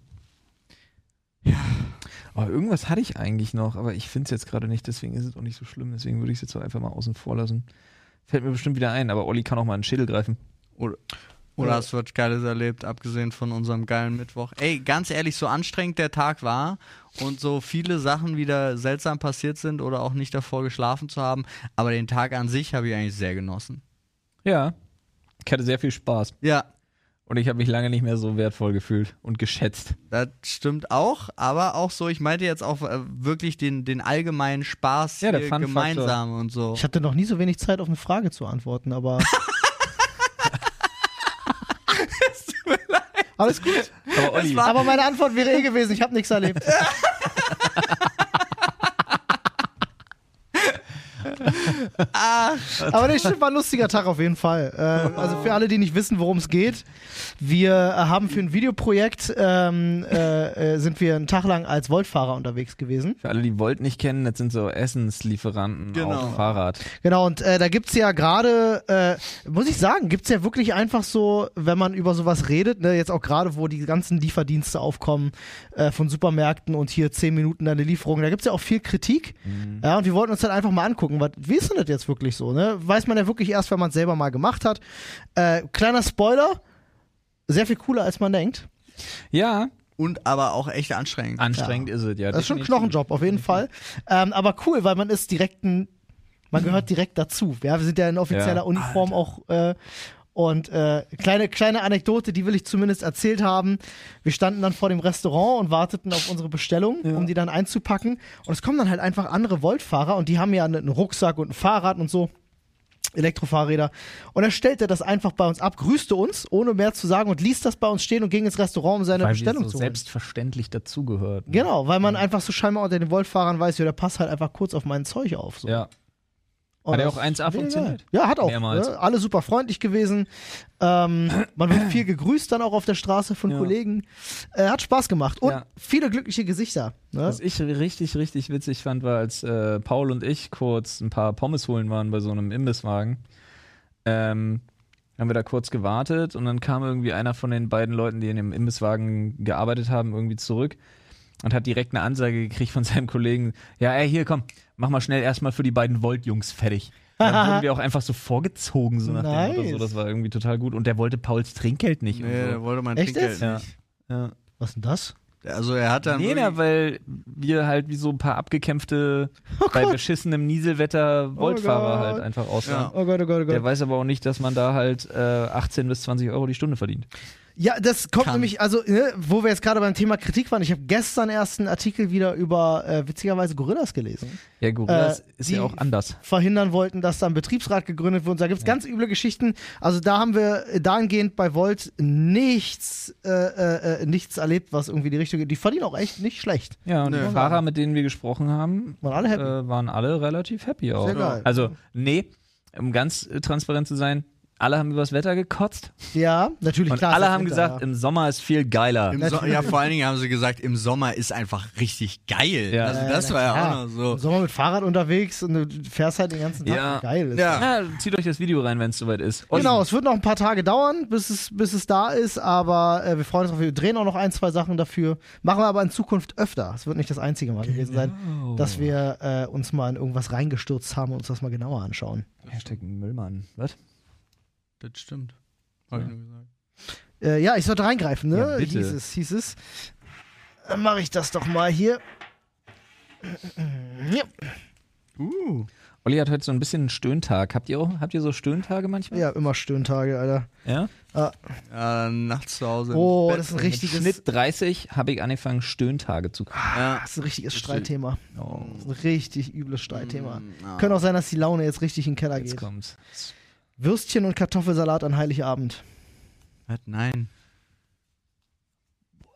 Ja. Aber irgendwas hatte ich eigentlich noch, aber ich finde es jetzt gerade nicht, deswegen ist es auch nicht so schlimm. Deswegen würde ich es jetzt auch einfach mal außen vor lassen. Fällt mir bestimmt wieder ein, aber Olli kann auch mal einen Schädel greifen.
Oder
Ja.
hast du was Geiles erlebt, abgesehen von unserem geilen Mittwoch? Ey, ganz ehrlich, so anstrengend der Tag war und so viele Sachen wieder seltsam passiert sind oder auch nicht davor geschlafen zu haben, aber den Tag an sich habe ich eigentlich sehr genossen.
Ja. Ich hatte sehr viel Spaß.
Ja,
Und ich habe mich lange nicht mehr so wertvoll gefühlt und geschätzt.
das stimmt auch, aber auch so, ich meinte jetzt auch äh, wirklich den, den allgemeinen Spaß
Ja, der
hier
Fun-Faktor.
gemeinsam und so.
Ich hatte noch nie so wenig Zeit, auf eine Frage zu antworten, aber. Alles gut.
Aber Olli,
Aber meine Antwort wäre eh gewesen, ich habe nichts erlebt. Aber das war ein lustiger Tag auf jeden Fall. Äh, also für alle, die nicht wissen, worum es geht, wir äh, haben für ein Videoprojekt ähm, äh, äh, sind wir einen Tag lang als Voltfahrer unterwegs gewesen.
Für alle, die Volt nicht kennen, das sind so Essenslieferanten
Genau.
auf dem Fahrrad.
Genau, und äh, da gibt's ja gerade, äh, muss ich sagen, gibt's ja wirklich einfach so, wenn man über sowas redet, ne, jetzt auch gerade, wo die ganzen Lieferdienste aufkommen äh, von Supermärkten und hier 10 Minuten deine Lieferung, da gibt's ja auch viel Kritik. Ja, und wir wollten uns halt einfach mal angucken, was, wie ist denn das jetzt wirklich so? Ne? Weiß man ja wirklich erst, wenn man es selber mal gemacht hat. Äh, kleiner Spoiler, sehr viel cooler, als man denkt.
Ja,
Und aber auch echt anstrengend.
anstrengend ist es, ja.
Das ist schon ein
definitiv.
Knochenjob, auf jeden Fall. Ähm, aber cool, weil man ist direkt ein, man gehört direkt dazu. Ja, wir sind ja in offizieller
Mhm. Ja.
Uniform auch. Äh, und äh, kleine, kleine Anekdote, die will ich zumindest erzählt haben. Wir standen dann vor dem Restaurant und warteten auf unsere Bestellung, um die dann einzupacken. Und es kommen dann halt einfach andere Voltfahrer und die haben ja einen Rucksack und ein Fahrrad und so. Elektrofahrräder. Und dann stellte er das einfach bei uns ab, grüßte uns, ohne mehr zu sagen, und ließ das bei uns stehen und ging ins Restaurant, um seine
Weil wir
Bestellung
so
zu holen.
selbstverständlich dazugehört. ne?
Genau, weil man einfach so scheinbar unter den Voltfahrern weiß, ja, der passt halt einfach kurz auf mein Zeug auf. So.
Ja.
Und
Hat er
das
auch 1A
ist mega
funktioniert?
geil. Ja, hat auch.
Mehrmals.
Ne? Alle super freundlich gewesen. Ähm, man wird viel gegrüßt dann auch auf der Straße von Kollegen. Äh, hat Spaß gemacht und
Ja.
viele glückliche Gesichter. Ne?
Was ich richtig, richtig witzig fand, war, als äh, Paul und ich kurz ein paar Pommes holen waren bei so einem Imbisswagen, ähm, haben wir da kurz gewartet und dann kam irgendwie einer von den beiden Leuten, die in dem Imbisswagen gearbeitet haben, irgendwie zurück und hat direkt eine Ansage gekriegt von seinem Kollegen, ja, ey, hier, komm, mach mal schnell erstmal für die beiden Volt-Jungs fertig. Und Dann wurden wir auch einfach so vorgezogen, so nach dem Motto,
Nice.
so, das war irgendwie total gut. Und der wollte Pauls Trinkgeld nicht.
Nee, der
und
wollte mein
Echt
Trinkgeld
jetzt?
Ja.
nicht.
so. ja.
Was denn das?
Also er hat dann.
Nee,
wirklich-
na, weil wir halt wie so ein paar abgekämpfte, bei beschissenem Nieselwetter Voltfahrer
Gott.
halt einfach aussahen.
Ja.
Oh Gott, oh Gott, oh
Der
Gott.
weiß aber auch nicht, dass man da halt äh, 18 bis 20 Euro die Stunde verdient.
Ja, das kommt
Kann.
nämlich, also, ne, wo wir jetzt gerade beim Thema Kritik waren, ich habe gestern erst einen Artikel wieder über, äh, witzigerweise, Gorillas gelesen.
Ja, Gorillas
Äh,
ist
die-
ja auch anders.
verhindern wollten, dass da ein Betriebsrat gegründet wird. Und da gibt's ganz üble Geschichten. Also da haben wir dahingehend bei Volt nichts, äh, äh, äh, nichts erlebt, was irgendwie die Richtung geht. Die verdienen auch echt nicht schlecht.
Ja, und
Nö.
die Fahrer, mit denen wir gesprochen haben,
Waren alle happy.
äh, waren alle relativ happy auch.
Sehr geil.
Also, nee, um ganz äh, transparent zu sein, alle haben über das Wetter gekotzt
ja, natürlich,
und
klar. äh,
alle
ist
haben
Winter,
gesagt, im Sommer ist viel geiler.
Im so ja, vor allen Dingen haben sie gesagt, im Sommer ist einfach richtig geil.
Ja.
Also
Ja,
das
na
war ja
klar.
auch noch
Im
so.
Sommer mit Fahrrad unterwegs und du fährst halt den ganzen Tag.
Ja.
Geil. Ist
Ja.
Ja, zieht euch das Video rein, wenn es soweit ist. Olli,
Genau, es wird noch ein paar Tage dauern, bis es, bis es da ist, aber äh, wir freuen uns drauf. Wir drehen auch noch ein, zwei Sachen dafür. Machen wir aber in Zukunft öfter. Es wird nicht das einzige Mal gewesen
Genau.
sein, dass wir äh, uns mal in irgendwas reingestürzt haben und uns das mal genauer anschauen.
Hashtag Müllmann. Was?
Das stimmt. Hab ich nur gesagt.
Äh, ja, ich sollte reingreifen, ne?
Ja, bitte.
Hieß es, hieß es. Dann mache ich das doch mal hier. Ja,
Olli hat heute so ein bisschen einen Stöhntag. Habt ihr, auch, habt ihr so Stöhntage manchmal?
ja immer Stöhntage, Alter.
ja?
Ja, nachts zu Hause. im
Oh,
Bett.
das Ah, ist ein
Mit
richtiges,
Schnitt 30 habe ich angefangen, Stöhntage zu kriegen.
Ja.
das ist ein richtiges Streitthema.
Oh,
Das ist ein richtig übles Streitthema.
Mm, ah.
Könnte auch sein, dass die Laune jetzt richtig in den Keller
jetzt
geht.
kommt's.
Würstchen und Kartoffelsalat an Heiligabend.
Was? Nein.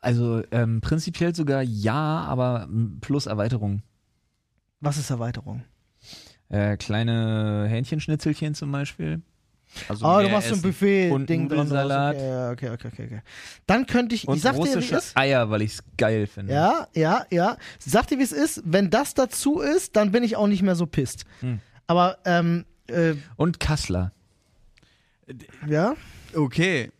Also ähm, prinzipiell sogar ja, aber m, plus Erweiterung.
Was ist Erweiterung?
Äh, kleine Hähnchenschnitzelchen zum Beispiel. Also
Ah, du
mehr
machst so ein
essen. Und
Buffet-Ding dran.
Nudelsalat.
Okay, okay, okay, okay, okay. Dann könnte ich,
Und
ich sag dir, wie
russische
es ist.
Eier, weil ich es geil finde.
Ja, ja, ja. Sag dir, wie es ist. Wenn das dazu ist, dann bin ich auch nicht mehr so pisst.
Hm.
Aber, ähm, äh,
Und Kassler.
ja.
Okay.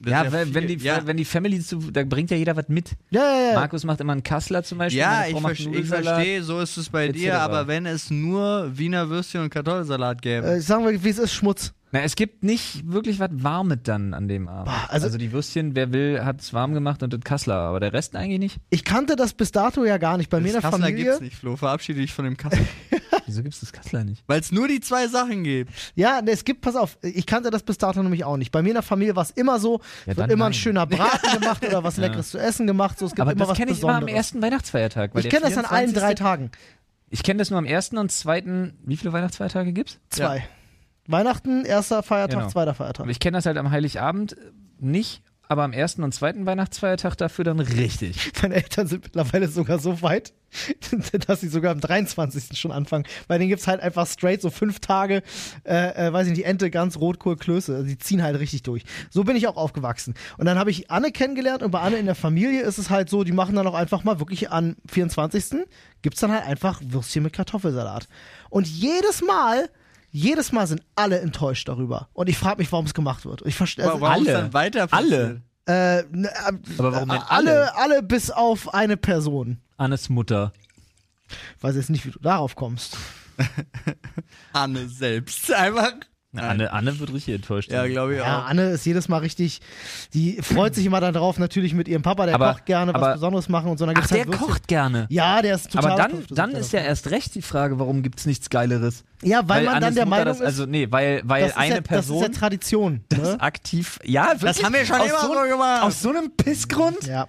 Das
Ja,
ist
wenn, wenn, die,
viel. ja.
wenn die Family zu, da bringt ja jeder was mit.
Ja, ja, ja.
Markus macht immer einen Kassler zum Beispiel.
Ja,
meine
ich,
Frau macht
verste-
einen
ich
Nudelsalat.
verstehe, so ist es bei
etc.
dir, aber wenn es nur Wiener Würstchen und Kartoffelsalat gäbe.
Äh, sagen wir, wie es ist, Schmutz.
Na, es gibt nicht wirklich was Warmes dann an dem Abend.
Boah, also-
also, die Würstchen, wer will, hat es warm gemacht und das Kassler, aber der Rest eigentlich nicht.
Ich kannte das bis dato ja gar nicht. Bei mir in
das
der
Kassler gibt's
Familie.
nicht, Flo. Verabschiede dich von dem Kassler.
Wieso gibt es das Kassler nicht?
Weil es nur die zwei Sachen gibt.
Ja, ne, es gibt, pass auf, ich kannte das bis dato nämlich auch nicht. Bei mir in der Familie war es immer so,
Ja,
wird
dann
immer ein
nein.
schöner Braten gemacht oder was Leckeres zu essen gemacht. So, es gibt
Aber
immer
das
was
kenne ich immer
Besonderes.
am ersten Weihnachtsfeiertag. Weil
ich
der
kenne das an allen
24.
drei Tagen.
Ich kenne das nur am ersten und zweiten. Wie viele Weihnachtsfeiertage gibt's?
Zwei. Weihnachten, erster Feiertag,
Genau.
zweiter
Aber
Feiertag.
ich kenne das halt am Heiligabend nicht,
aber am ersten und zweiten Weihnachtsfeiertag dafür dann richtig.
Meine Eltern sind mittlerweile sogar so weit, dass sie sogar am 23. schon anfangen. Bei denen gibt es halt einfach straight so fünf Tage, äh, äh, weiß ich nicht, Ente, Gans, Rotkohl, Klöße. Also die ziehen halt richtig durch. So bin ich auch aufgewachsen. Und dann habe ich Anne kennengelernt und bei Anne in der Familie ist es halt so, die machen dann auch einfach mal wirklich am 24. gibt es dann halt einfach Würstchen mit Kartoffelsalat. Und jedes Mal. Jedes Mal sind alle enttäuscht darüber. Und ich frage mich, warum es gemacht wird. Ich verstehe.
Warum es dann weiter
Alle.
also Äh, ne, äh,
Aber warum denn
alle, alle bis auf eine Person.
Annes Mutter.
Weiß jetzt nicht, wie du darauf kommst.
Anne selbst einfach.
Anne, Anne wird richtig enttäuscht.
Ja,
sein.
glaube ich
Ja,
auch.
Anne ist jedes Mal richtig, die freut sich immer darauf, natürlich mit ihrem Papa, der
Aber-
kocht gerne was
aber-
Besonderes machen und so. Und dann
Ach,
gibt's
der
halt Würstchen.
kocht gerne.
Ja, der ist total. halt
Aber dann, dann ist ja erst recht die Frage, warum gibt es nichts Geileres?
Ja, weil, man
Annes
dann der
Mutter
Meinung
das,
ist,
also nee, weil weil
das, ist
eine
ja,
Person
das ist ja Tradition. Ne?
aktiv, ja, wirklich,
Das haben wir schon
aus
immer
so,
so gemacht.
Aus so einem Pissgrund?
Ja.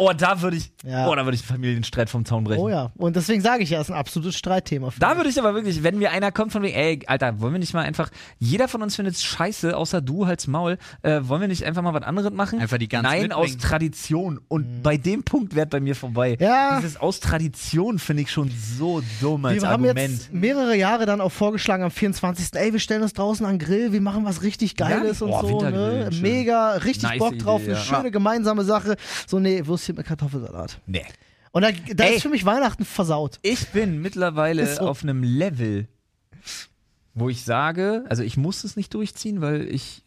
Oh, da würde ich,
Ja.
oh, da würde ich Familienstreit vom Zaun brechen.
Oh ja. Und deswegen sage ich ja, ist ein absolutes Streitthema. für
Da
mich.
würde ich aber wirklich, wenn mir einer kommt von wegen, ey, Alter, wollen wir nicht mal einfach, jeder von uns findet's scheiße, außer du halt's Maul, äh, wollen wir nicht einfach mal was anderes machen?
Einfach die Gans
Nein,
mitbringen.
aus Tradition. Und bei dem Punkt wär's bei mir vorbei.
Mhm. Ja.
Dieses aus Tradition finde ich schon so dumm als
wir haben
Argument.
jetzt mehrere Jahre dann auch vorgeschlagen am 24. Ey, wir stellen uns draußen an den Grill, wir machen was richtig Geiles
Ja?
und
Boah,
so.
Wintergrill,
Ne?
schön.
Mega, richtig
Nice
Bock drauf,
Idee,
eine
ja.
schöne gemeinsame Sache. So, nee, Würstchen mit Kartoffelsalat.
nee.
Und da, da
Ey.
ist für mich Weihnachten versaut.
Ich bin mittlerweile
Ist so.
auf einem Level, wo ich sage, also ich muss es nicht durchziehen, weil ich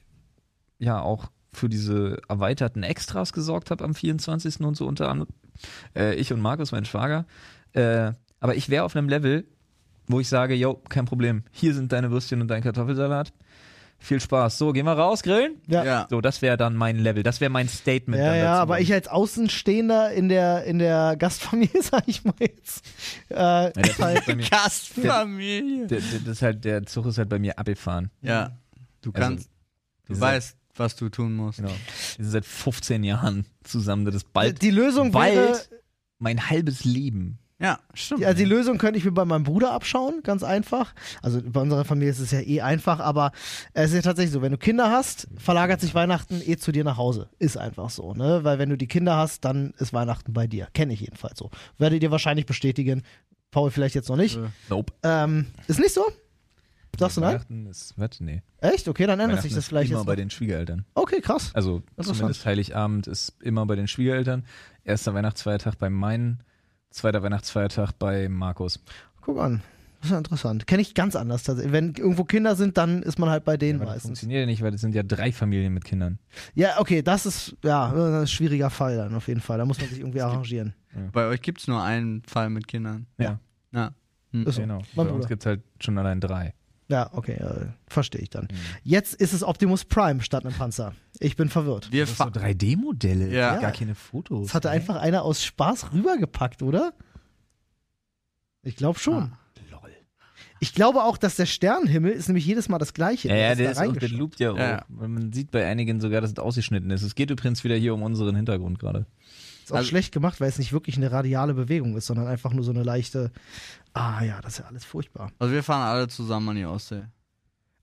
ja auch für diese erweiterten Extras gesorgt habe am 24. und so unter anderem. Äh, ich und Markus, mein Schwager. Äh, aber ich wäre auf einem Level, wo ich sage, yo, kein Problem, hier sind deine Würstchen und dein Kartoffelsalat. Viel Spaß. So, gehen wir raus, grillen.
Ja.
Ja.
So, das wäre dann mein Level. Das wäre mein Statement.
Ja,
dann
ja,
dazu.
aber ich als Außenstehender in der, in der Gastfamilie, sag ich mal jetzt. Äh,
Ja, der Zug ist bei mir-
Gastfamilie.
der, der, das ist halt, der Zug ist halt bei mir abgefahren.
Ja. Du
Also,
kannst, du
diese-
weißt, was du tun musst.
Genau. Wir sind seit 15 Jahren zusammen. Das ist
die-
bald,
die Lösung wäre,
bald mein halbes Leben.
Ja, stimmt.
also die
Mhm.
Lösung könnte ich mir bei meinem Bruder abschauen, ganz einfach. Also bei unserer Familie ist es ja eh einfach, aber es ist ja tatsächlich so, wenn du Kinder hast, verlagert sich Weihnachten eh zu dir nach Hause. Ist einfach so, ne? Weil wenn du die Kinder hast, dann ist Weihnachten bei dir. Kenne ich jedenfalls so. Werdet ihr wahrscheinlich bestätigen. Paul vielleicht jetzt noch nicht.
Nope.
Ähm, ist nicht so? Sagst du nein?
Weihnachten ist, was? Nee.
Echt? Okay, dann ändert
Weihnachten
sich das
ist
vielleicht
immer
jetzt.
bei
noch.
den Schwiegereltern.
Okay, krass.
Also
Interessant.
zumindest Heiligabend ist immer bei den Schwiegereltern. Erster Weihnachtsfeiertag bei meinen, zweiter Weihnachtsfeiertag bei Markus.
Guck an. Das ist ja interessant. Kenne ich ganz anders tatsächlich. Wenn irgendwo Kinder sind, dann ist man halt bei denen
Aber das
meistens.
funktioniert ja nicht, weil das sind ja drei Familien mit Kindern.
Ja, okay, das ist ja ein schwieriger Fall dann auf jeden Fall. Da muss man sich irgendwie arrangieren.
Bei euch gibt's nur einen Fall mit Kindern.
Ja.
Ja.
Ist so.
Genau.
Mein
Bei uns
Bruder.
gibt es halt schon allein drei.
Ja, okay, äh, verstehe ich dann. Jetzt ist es Optimus Prime statt einem Panzer. Ich bin verwirrt.
Wir
Das sind
fa-
so 3D-Modelle,
Ja.
gar keine Fotos.
Das hatte einfach einer aus Spaß rübergepackt, oder? Ich glaube
Ah.
schon.
Lol.
Ich glaube auch, dass der Sternenhimmel ist nämlich jedes Mal das gleiche.
Ja, ja
Das
der,
da
ist auch, der
reingeschoben.
loopt ja auch.
Ja.
Man sieht bei einigen sogar, dass es ausgeschnitten ist. Es geht übrigens wieder hier um unseren Hintergrund gerade.
Ist auch
Also-
schlecht gemacht, weil es nicht wirklich eine radiale Bewegung ist, sondern einfach nur so eine leichte. Ah ja, das ist ja alles furchtbar.
Also wir fahren alle zusammen an die Ostsee.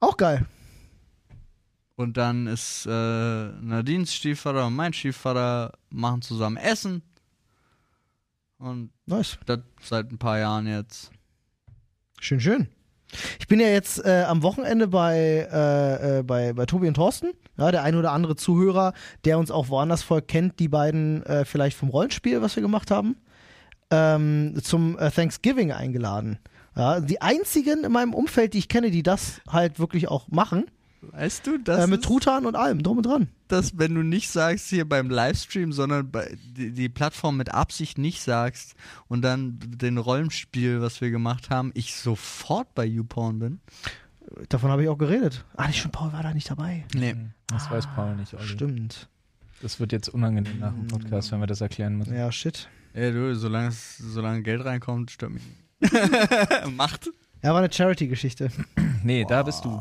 Auch geil.
Und dann ist äh, Nadines Stiefvater und mein Stiefvater machen zusammen Essen. Und
Nice.
das seit ein paar Jahren jetzt.
Schön, schön. Ich bin ja jetzt äh, am Wochenende bei, äh, äh, bei, bei Tobi und Thorsten. Ja, der ein oder andere Zuhörer, der uns auch woanders folgt, kennt die beiden äh, vielleicht vom Rollenspiel, was wir gemacht haben, ähm, zum äh, Thanksgiving eingeladen. Ja, die einzigen in meinem Umfeld, die ich kenne, die das halt wirklich auch machen.
Weißt du,
Äh,
das
mit Truthahn und allem, drum und dran.
dass wenn du nicht sagst hier beim Livestream, sondern bei, die, die Plattform mit Absicht nicht sagst und dann den Rollenspiel, was wir gemacht haben, ich sofort bei YouPorn bin.
Davon habe ich auch geredet. Ah, nicht schon, Paul war da nicht dabei.
Nee.
Das weiß Paul nicht. Olli.
Ah, Stimmt.
Das wird jetzt unangenehm nach dem Podcast, wenn wir das erklären müssen.
Ja, shit.
Ey, du, solange, es- solange Geld reinkommt, stört mich. nicht. Macht.
Ja, war eine Charity-Geschichte.
Nee, da bist du.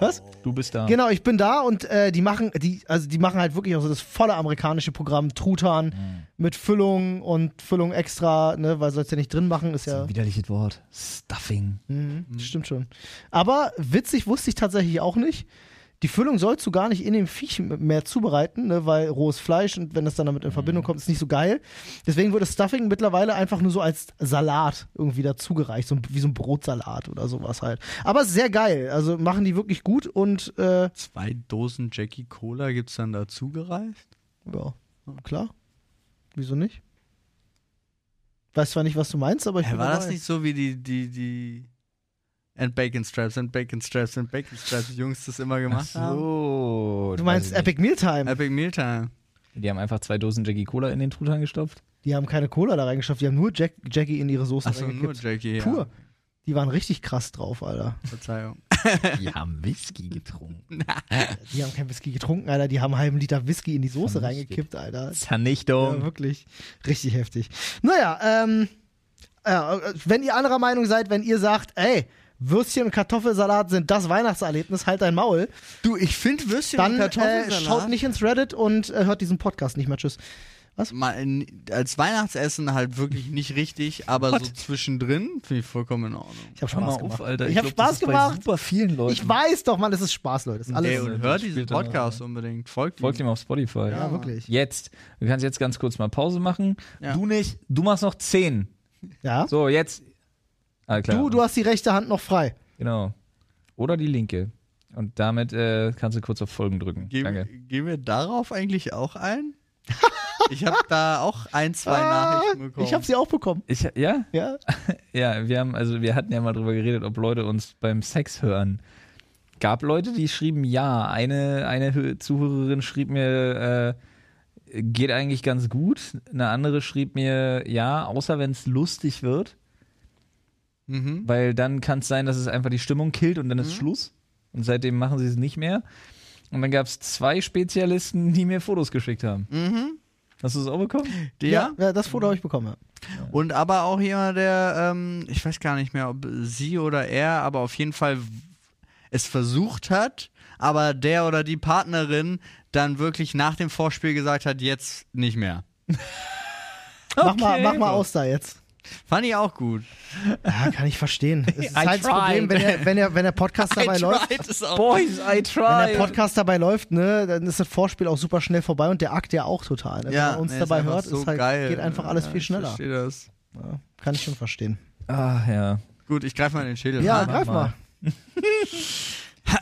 Was?
Du bist da.
Genau, ich bin da und äh, die machen, die, also die machen halt wirklich auch so das volle amerikanische Programm, Truthahn
Mhm.
mit Füllung und Füllung extra, ne, weil sollst ja nicht drin machen, ist
Das ist
ja.
ein widerliches Wort. Stuffing.
Mhm, Stimmt schon. Aber witzig wusste ich tatsächlich auch nicht. Die Füllung sollst du gar nicht in dem Viech mehr zubereiten, ne, weil rohes Fleisch und wenn das dann
Mhm.
damit in Verbindung kommt, ist nicht so geil. Deswegen wird das Stuffing mittlerweile einfach nur so als Salat irgendwie dazugereicht, so ein, wie so ein Brotsalat oder sowas halt. Aber sehr geil. Also machen die wirklich gut und äh,
Zwei Dosen Jackie Cola gibt's dann dazu gereift?
ja, klar. Wieso nicht? Weiß zwar nicht, was du meinst, aber ich
Hä,
bin
war das
dabei.
nicht so wie die, die, die and Bacon Straps and Bacon Straps and Bacon Straps die Jungs das immer gemacht haben?
So.
Du meinst Epic Mealtime.
Epic Mealtime.
Die haben einfach zwei Dosen Jackie Cola in den Truthahn gestopft.
Die haben keine Cola da reingeschafft, die haben nur Jack Jackie in ihre Soße
Achso, nur
reingekippt.
Jackie. Ja.
Pur. Die waren richtig krass drauf, Alter.
Verzeihung.
Die haben Whisky getrunken.
Die haben kein Whisky getrunken, Alter. Die haben einen halben Liter Whisky in die Soße
Vernichtet.
reingekippt, Alter.
Zernichtung.
Ja, wirklich. Richtig heftig. Naja, ähm, ja, äh, wenn ihr anderer Meinung seid, wenn ihr sagt, ey, Würstchen und Kartoffelsalat sind das Weihnachtserlebnis, halt dein Maul,
Du, ich finde Würstchen
dann äh, schaut nicht ins Reddit und äh, hört diesen Podcast nicht mehr. Tschüss.
mal in, als Weihnachtsessen halt wirklich nicht richtig, aber so zwischendrin finde ich vollkommen in Ordnung.
Ich habe Spaß gemacht.
Alter.
ich habe
glaub, das
Spaß
ist bei
gemacht.
super vielen Leuten.
Ich weiß doch, Mann, es ist Spaß, Leute. Es Ist alles
Ey, und
das
hört
spielt
diesen
dann
Podcast unbedingt. Folgt,
Folgt ihm auf Spotify.
ja, wirklich.
Jetzt. Du kannst jetzt ganz kurz mal Pause machen.
Ja.
Du nicht. Du machst noch 10.
Ja.
So, jetzt. Ah, klar.
Du, du hast die rechte Hand noch frei.
Genau. Oder die linke. Und damit äh, kannst du kurz auf Folgen drücken. Danke.
Gehen, gehen wir darauf eigentlich auch ein? ich habe da auch ein, zwei Nachrichten bekommen.
Ah, Ich habe sie auch bekommen.
Ich, ja?
Ja.
Ja, wir haben, also wir hatten ja mal drüber geredet, ob Leute uns beim Sex hören. Gab Leute, die schrieben ja. Eine, eine Hö- Zuhörerin schrieb mir, äh, geht eigentlich ganz gut. Eine andere schrieb mir, ja, außer wenn es lustig wird,
mhm.
weil dann kann es sein, dass es einfach die Stimmung killt und dann
Mhm.
ist Schluss. Und seitdem machen sie es nicht mehr. Und dann gab es zwei Spezialisten, die mir Fotos geschickt haben.
Mhm.
Hast du es auch bekommen?
Der?
Ja, ja das Foto habe ich bekommen. Ja.
Und aber auch jemand, der, ähm, ich weiß gar nicht mehr, ob sie oder er, aber auf jeden Fall w- es versucht hat, aber der oder die Partnerin dann wirklich nach dem Vorspiel gesagt hat, jetzt nicht mehr.
Mach, mal, mach mal aus da jetzt.
Fand ich auch gut.
Ja, kann ich verstehen. Es ist
I
halt das
tried.
Problem, wenn der, wenn der, wenn der Podcast dabei läuft.
es auch.
Boys, I
Wenn
tried.
der Podcast dabei läuft, ne, dann ist das Vorspiel auch super schnell vorbei und der Akt ja auch total. Ne?
Ja,
Wenn man uns
nee, ist
dabei
einfach
hört,
so
ist halt,
geil.
geht einfach alles
Ja,
viel
ich
schneller.
verstehe das.
Ja, kann ich schon verstehen.
Ach ja.
Gut, ich greife mal in den Schädel.
Ja,
Ah.
greif mal.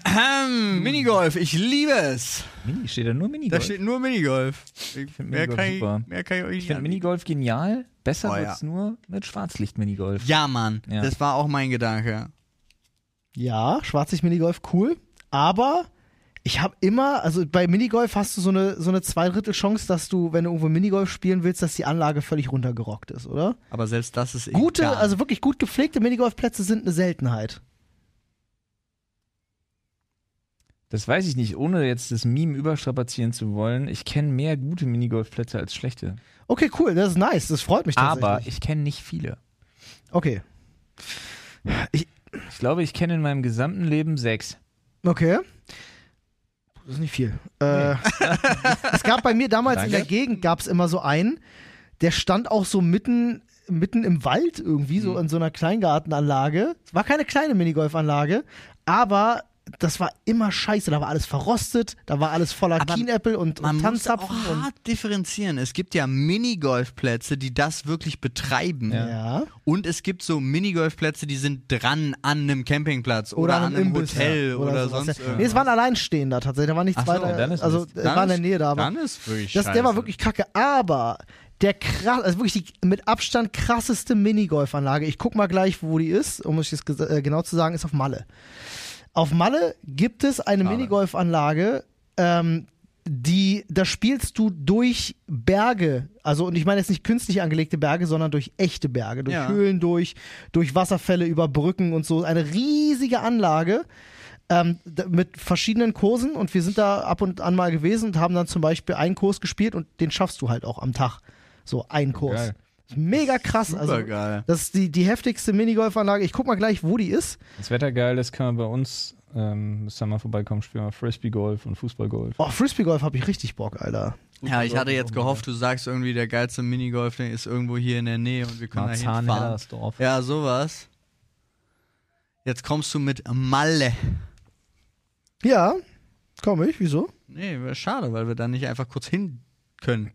Ahem, Minigolf, ich liebe es.
Mini steht da nur
Da
Minigolf.
steht nur Minigolf. Ich
find
mehr,
Minigolf
kann
super.
ich, mehr kann ich euch
Ich
nicht
finde
anbieten.
Minigolf genial. Besser
Oh, ja.
wird's nur mit Schwarzlicht-Minigolf.
Ja, Mann.
Ja.
Das war auch mein Gedanke.
Ja, schwarzig Minigolf, cool. Aber ich habe immer, also bei Minigolf hast du so eine, so eine Zweidrittel-Chance, dass du, wenn du irgendwo Minigolf spielen willst, dass die Anlage völlig runtergerockt ist, oder?
Aber selbst das ist
Gute,
egal.
also wirklich gut gepflegte Minigolfplätze sind eine Seltenheit.
Das weiß ich nicht, ohne jetzt das Meme überstrapazieren zu wollen. Ich kenne mehr gute Minigolfplätze als schlechte.
Okay, cool, das ist nice, das freut mich tatsächlich.
Aber ich kenne nicht viele.
Okay.
Ich glaube, ich kenne in meinem gesamten Leben sechs.
Okay. Das ist nicht viel. Äh, es gab bei mir damals in
Danke.
der Gegend gab es immer so einen, der stand auch so mitten, mitten im Wald irgendwie,
Mhm.
so in so einer Kleingartenanlage. Es war keine kleine Minigolfanlage, aber das war immer scheiße. Da war alles verrostet, da war alles voller
Aber
Kienäppel und, und
Man muss auch
Tanzzapfen. Und,
hart differenzieren. Es gibt ja Minigolfplätze, die das wirklich betreiben.
ja.
Und es gibt so Minigolfplätze, die sind dran an einem Campingplatz oder, an einem
Imbiss,
Hotel
ja,
oder,
sowas,
sonst
ja.
irgendwas.
Nee, es waren Alleinstehender tatsächlich. Da war nichts
Ach so,
weiter.
dann ist
also,
nichts.
es war in der Nähe da. Aber
Dann ist wirklich
Das, der war
scheiße.
wirklich kacke, aber der krass, also wirklich die mit Abstand krasseste Minigolfanlage. Ich guck mal gleich, wo die ist, um euch das ges- äh, genau zu sagen, ist auf Malle. Auf Malle gibt es eine Minigolfanlage, ähm, die, da spielst du durch Berge, also und ich meine jetzt nicht künstlich angelegte Berge, sondern durch echte Berge, durch
Ja.
Höhlen durch, durch Wasserfälle, über Brücken und so. Eine riesige Anlage ähm, d- mit verschiedenen Kursen und wir sind da ab und an mal gewesen und haben dann zum Beispiel einen Kurs gespielt und den schaffst du halt auch am Tag. So einen Kurs.
Geil.
Mega krass. Also,
Supergeil.
das ist die, die heftigste Minigolfanlage. Ich guck mal gleich, wo die ist.
Das Wetter geil ist, kann man bei uns, ähm, müsst ihr mal vorbeikommen, spielen wir Frisbee-Golf und Fußballgolf.
Oh, Frisbee-Golf habe ich richtig Bock, Alter.
Ja, ich hatte jetzt gehofft, du sagst irgendwie, der geilste Minigolf der ist irgendwo hier in der Nähe und wir können da
Marzahn,
hinfahren.
Hellersdorf.
Ja, sowas. Jetzt kommst du mit Malle.
Ja, Komm ich, wieso?
Nee, wär schade, weil wir da nicht einfach kurz hin können.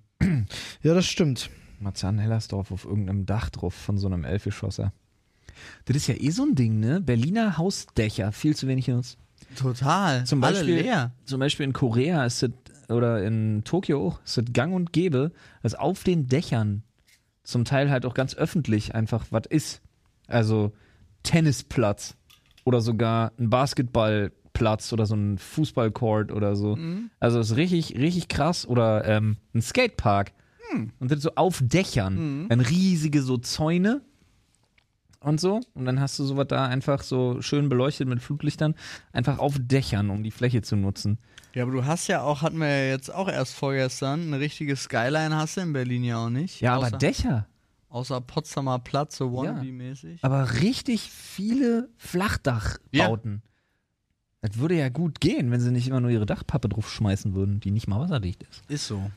Ja, das stimmt.
Marzahn-Hellersdorf auf irgendeinem Dach drauf von so einem Elfgeschosser. Das ist ja eh so ein Ding, ne? Berliner Hausdächer, viel zu wenig genutzt.
Total.
Zum Beispiel,
Alle leer.
zum Beispiel in Korea ist das, oder in Tokio auch, ist das gang und gäbe, dass auf den Dächern zum Teil halt auch ganz öffentlich einfach was ist. Also Tennisplatz oder sogar ein Basketballplatz oder so ein Fußballcourt oder so.
Mhm.
Also ist richtig, richtig krass. Oder ähm, ein Skatepark.
Hm.
Und das so auf Dächern.
Mhm.
Dann riesige so Zäune und so. Und dann hast du sowas da einfach so schön beleuchtet mit Flutlichtern, einfach auf Dächern, um die Fläche zu nutzen.
Ja, aber du hast ja auch, hatten wir ja jetzt auch erst vorgestern, eine richtige Skyline hast du in Berlin ja auch nicht.
Ja,
außer,
aber Dächer.
Außer Potsdamer Platz, so Wannabe-mäßig.
Aber richtig viele Flachdachbauten. Das würde ja gut gehen, wenn sie nicht immer nur ihre Dachpappe draufschmeißen würden, die nicht mal wasserdicht ist.
Ist so.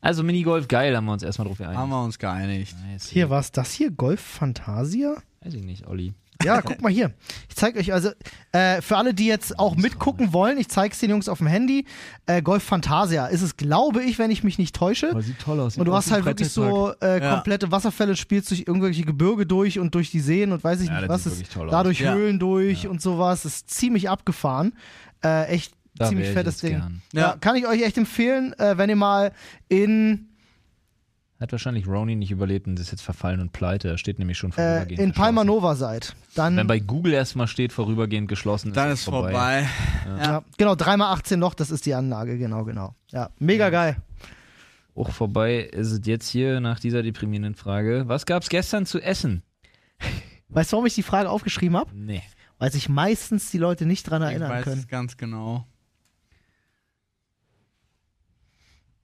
Also Minigolf, geil, haben wir uns erstmal drauf
Haben
geeinigt.
wir uns geeinigt.
Weiß
Hier,
ich-
war es das hier? Golf Fantasia?
Weiß ich nicht, Olli.
Ja, guck mal hier. Ich zeige euch, also äh, für alle, die jetzt auch mitgucken wollen, ich zeige es den Jungs auf dem Handy. Äh, Golf Fantasia ist es, glaube ich, wenn ich mich nicht täusche.
sieht toll aus.
Und du hast halt wirklich so äh,
Ja.
komplette Wasserfälle, spielst durch irgendwelche Gebirge durch und durch die Seen und weiß ich
Ja,
nicht was.
das sieht
Ist
wirklich toll aus.
dadurch
Ja.
Höhlen durch und sowas. Ist ziemlich abgefahren. Äh, echt
Da
ziemlich
wär ich
fettes
jetzt
Ding.
gern.
Ja.
Ja.
kann ich euch echt empfehlen, äh, wenn ihr mal in
Hat wahrscheinlich Ronin nicht überlebt und ist jetzt verfallen und pleite. Da steht nämlich schon
äh,
vorübergehend.
in Palma
geschlossen.
Nova seid, dann
Wenn bei Google erstmal steht, vorübergehend geschlossen,
Dann ist
ist es vorbei.
vorbei.
ja, genau 3x18 Loch, das ist die Anlage, genau, genau. Ja, mega geil.
Auch vorbei ist es jetzt hier nach dieser deprimierenden Frage. Was gab's gestern zu essen?
Weißt du, warum ich die Frage aufgeschrieben habe?
Nee.
Weil sich meistens die Leute nicht dran
Ich
erinnern
weiß
können.
es ganz genau.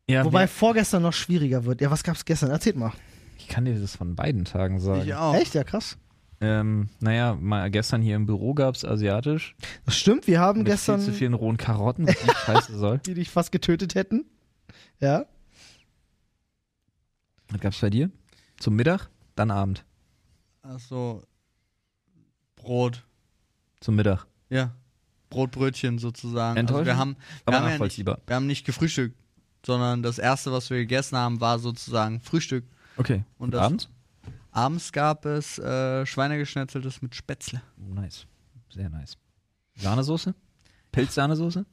Ja,
Wobei
wir-
vorgestern noch schwieriger wird. Ja, was gab's gestern? Erzählt mal.
ich kann dir das von beiden Tagen
Ich
sagen.
auch.
Echt? Ja, krass.
Ähm, naja, mal gestern hier im Büro gab's asiatisch.
Das stimmt, wir haben
Mit
gestern,
viel zu vielen rohen Karotten, was nicht scheiße soll.
die dich fast getötet hätten. Ja.
Was gab's bei dir? Zum Mittag, dann Abend.
Achso. Brot.
Zum Mittag.
Ja. Brotbrötchen sozusagen. Also
Enttäuschend?
wir haben,
Aber
wir, haben ja nicht,
nachvollziehbar.
wir haben nicht gefrühstückt, sondern das erste, was wir gegessen haben, war sozusagen Frühstück.
Okay. Und,
Und das-
abends?
Abends gab es äh, Schweinegeschnetzeltes mit Spätzle.
Nice. Sehr nice. Sahnesoße? Pilzsahnesoße?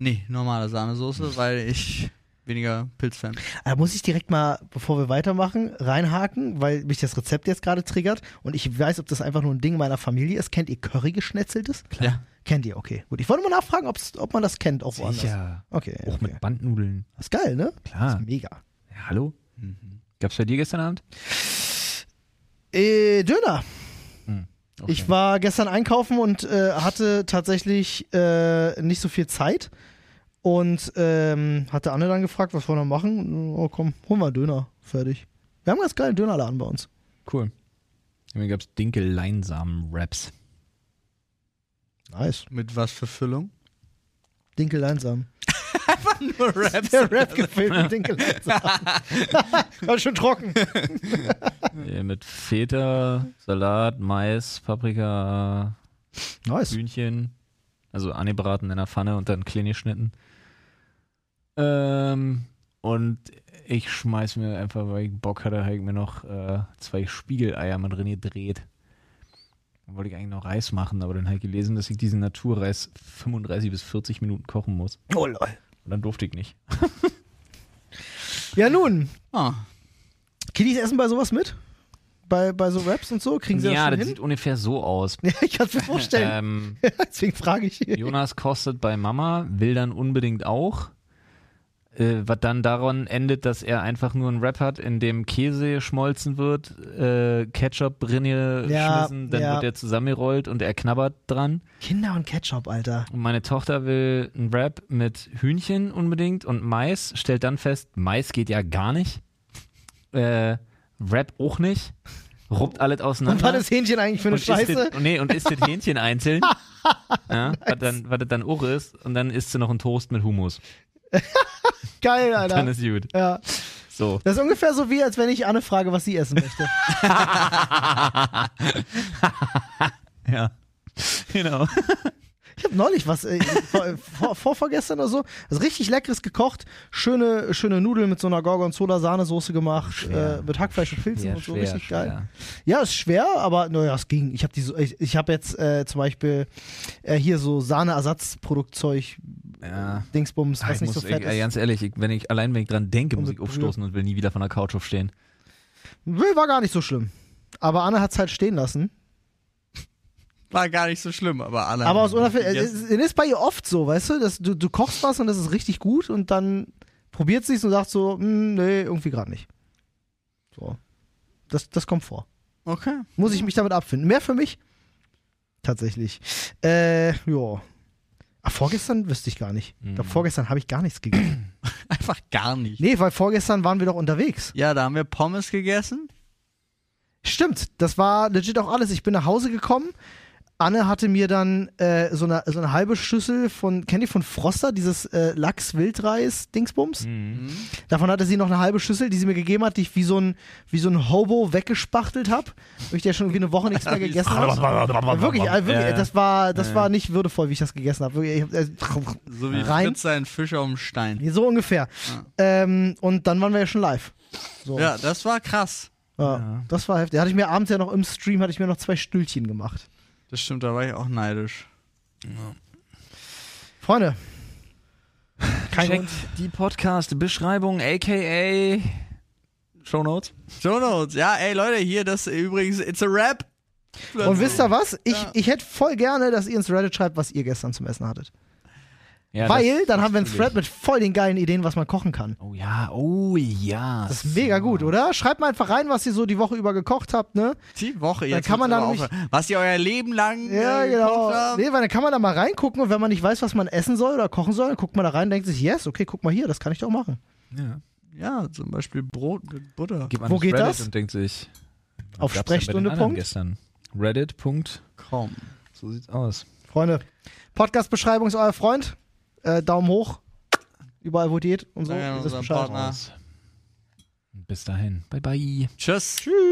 Nee, normale Sahnesoße, weil ich weniger Pilzfan bin.
Da muss ich direkt mal, bevor wir weitermachen, reinhaken, weil mich das Rezept jetzt gerade triggert. Und ich weiß, ob das einfach nur ein Ding meiner Familie ist. Kennt ihr Curry geschnetzeltes?
Ja.
Kennt ihr, okay. Gut, ich wollte mal nachfragen, ob's, ob man das kennt, auch woanders.
Sicher.
Okay,
Auch
okay.
mit Ah. Bandnudeln.
Das ist geil, ne?
Klar.
Das ist mega.
Ja, hallo? Gab's bei dir gestern Abend?
Äh, Döner.
Okay.
Ich war gestern einkaufen und äh, hatte tatsächlich äh, nicht so viel Zeit. Und ähm, hatte Anne dann gefragt, was wollen wir machen? Oh komm, holen wir Döner. Fertig. Wir haben einen ganz geilen Dönerladen bei uns.
Cool. Mir gab's Dinkel-Leinsamen-Wraps.
Nice.
Mit was für Füllung?
Dinkel einsam.
Nur Raps.
Der Rap gefällt mit Dinkel einsam. War schon trocken.
Äh, Mit Feta, Salat, Mais, Paprika,
Nice.
Hühnchen. Also angebraten in der Pfanne und dann klein geschnitten. Ähm, und ich schmeiß mir einfach, weil ich Bock hatte, hab ich mir noch äh, zwei Spiegeleier mit drin gedreht. Dann wollte ich eigentlich noch Reis machen, aber dann habe ich gelesen, dass ich diesen Naturreis 35 bis 40 Minuten kochen muss.
Oh, lol.
Und dann durfte ich nicht.
Ja nun,
Ah,
Kiddies essen bei sowas mit? Bei, bei so Raps und so? Kriegen sie
ja,
das
das
schon hin?
sieht ungefähr so aus.
Ja, ich kann es mir vorstellen.
ähm,
Deswegen frage ich.
Jonas kostet bei Mama, will dann unbedingt auch. Äh, was dann daran endet, dass er einfach nur einen Rap hat, in dem Käse geschmolzen wird, äh, Ketchup drin
Ja,
geschmissen, dann
ja.
wird er zusammengerollt und er knabbert dran.
Kinder und Ketchup, Alter.
Und meine Tochter will einen Rap mit Hühnchen unbedingt und Mais, stellt dann fest, Mais geht ja gar nicht. Äh, Rap auch nicht. Ruppt alles auseinander.
Und war das Hähnchen eigentlich für eine
Und isst
Scheiße?
das- nee, und isst das Hähnchen einzeln. ja, was, dann, was das dann auch ist. Und dann isst sie noch einen Toast mit Hummus.
Geil,
Dann
Alter.
ist gut.
Ja.
So.
Das ist ungefähr so wie, als wenn ich Anne frage, was sie essen möchte.
ja.
Genau.
Genau.
Ich habe neulich was, äh, vor, vor, vor, vorgestern oder so, also richtig leckeres gekocht, schöne, schöne Nudeln mit so einer Gorgonzola-Sahnesoße gemacht, äh, mit Hackfleisch und Pilzen
Ja,
und so,
schwer,
richtig geil.
schwer.
Ja, ist schwer, aber naja, es ging. Ich habe die, so, ich, ich habe jetzt äh, zum Beispiel äh, hier so Sahneersatzproduktzeug,
Ja.
Dingsbums,
Ah,
was
ich
nicht
muss,
so fett
äh,
ich,
ist.
ganz ehrlich, ich, wenn ich, allein wenn ich dran denke,
Und
muss
mit
ich aufstoßen und will nie wieder von der Couch aufstehen.
Nö, War gar nicht so schlimm. Aber Anne hat's halt stehen lassen.
War gar nicht so schlimm, aber alle.
Aber
haben
aus äh, Unverfäll,
gegessen.
es ist, es ist bei ihr oft so, weißt du, dass du, du kochst was und das ist richtig gut und dann probiert sie es und sagt so, "Hm, nee, irgendwie gerade nicht. So. Das, das kommt vor.
Okay.
Muss ich mich damit abfinden. Mehr für mich? Tatsächlich. Äh, ja. Ach, vorgestern wüsste ich gar nicht. Ich glaub, vorgestern habe ich gar nichts gegessen.
Einfach gar nicht.
Nee, weil vorgestern waren wir doch unterwegs.
Ja, da haben wir Pommes gegessen.
Stimmt, das war legit auch alles. Ich bin nach Hause gekommen. Anne hatte mir dann äh, so, eine, so eine halbe Schüssel von, kennt ihr von Froster, dieses äh, Lachs-Wildreis-Dingsbums?
Mhm.
Davon hatte sie noch eine halbe Schüssel, die sie mir gegeben hat, die ich wie so ein, wie so ein Hobo weggespachtelt habe, weil ich ja schon wie eine Woche nichts mehr gegessen habe. Ja, wirklich, äh, wirklich äh, das, war, das war nicht würdevoll, wie ich das gegessen habe. Wirklich, ich hab- äh,
So wie
Rein.
Fritz seinen Fisch auf dem Stein.
So ungefähr. Ähm, und dann waren wir ja schon live. So.
Ja, das war krass.
Ja, Das war heftig. Hatte ich mir abends ja noch im Stream, hatte ich mir noch zwei Stühlchen gemacht.
Das stimmt, da war ich auch neidisch.
Freunde. Kein
Checkt die Podcast-Beschreibung, a.k.a. Show Notes.
Show Notes. Ja, ey Leute, hier, das äh, übrigens, it's a rap.
Grund. Und wisst ihr was? Ich,
Ja.
ich hätte voll gerne, dass ihr ins Reddit schreibt, was ihr gestern zum Essen hattet.
Ja,
Weil dann haben wir einen
natürlich.
Thread mit voll den geilen Ideen, was man kochen kann.
Oh ja, oh ja.
Das ist mega gut, oder? Schreibt mal einfach rein, was ihr so die Woche über gekocht habt, ne?
Die Woche jetzt.
kann man
wird's
da
aber
nämlich-
aufhören. Was ihr euer Leben lang
Ja,
äh,
genau.
gekocht habt.
Nee, weil dann kann man da mal reingucken und wenn man nicht weiß, was man essen soll oder kochen soll, dann guckt man da rein und denkt sich, yes, okay, guck mal hier, das kann ich doch machen.
Ja.
Ja, zum Beispiel Brot mit Butter.
Geht man
Wo
auf
geht
Reddit
das?
Und denkt sich, was
Auf
gab's denn bei den
Sprechstunde,
anderen
Punkt.
Gestern. Reddit. Punkt.
Komm.
So sieht's aus.
Freunde, Podcast-Beschreibung ist euer Freund. Äh, Daumen hoch. Überall, wo es geht und so.
Danke an
Ihr wisst
unseren
Bescheid.
Partner.
Bis dahin. Bye bye.
Tschüss.
Tschüss.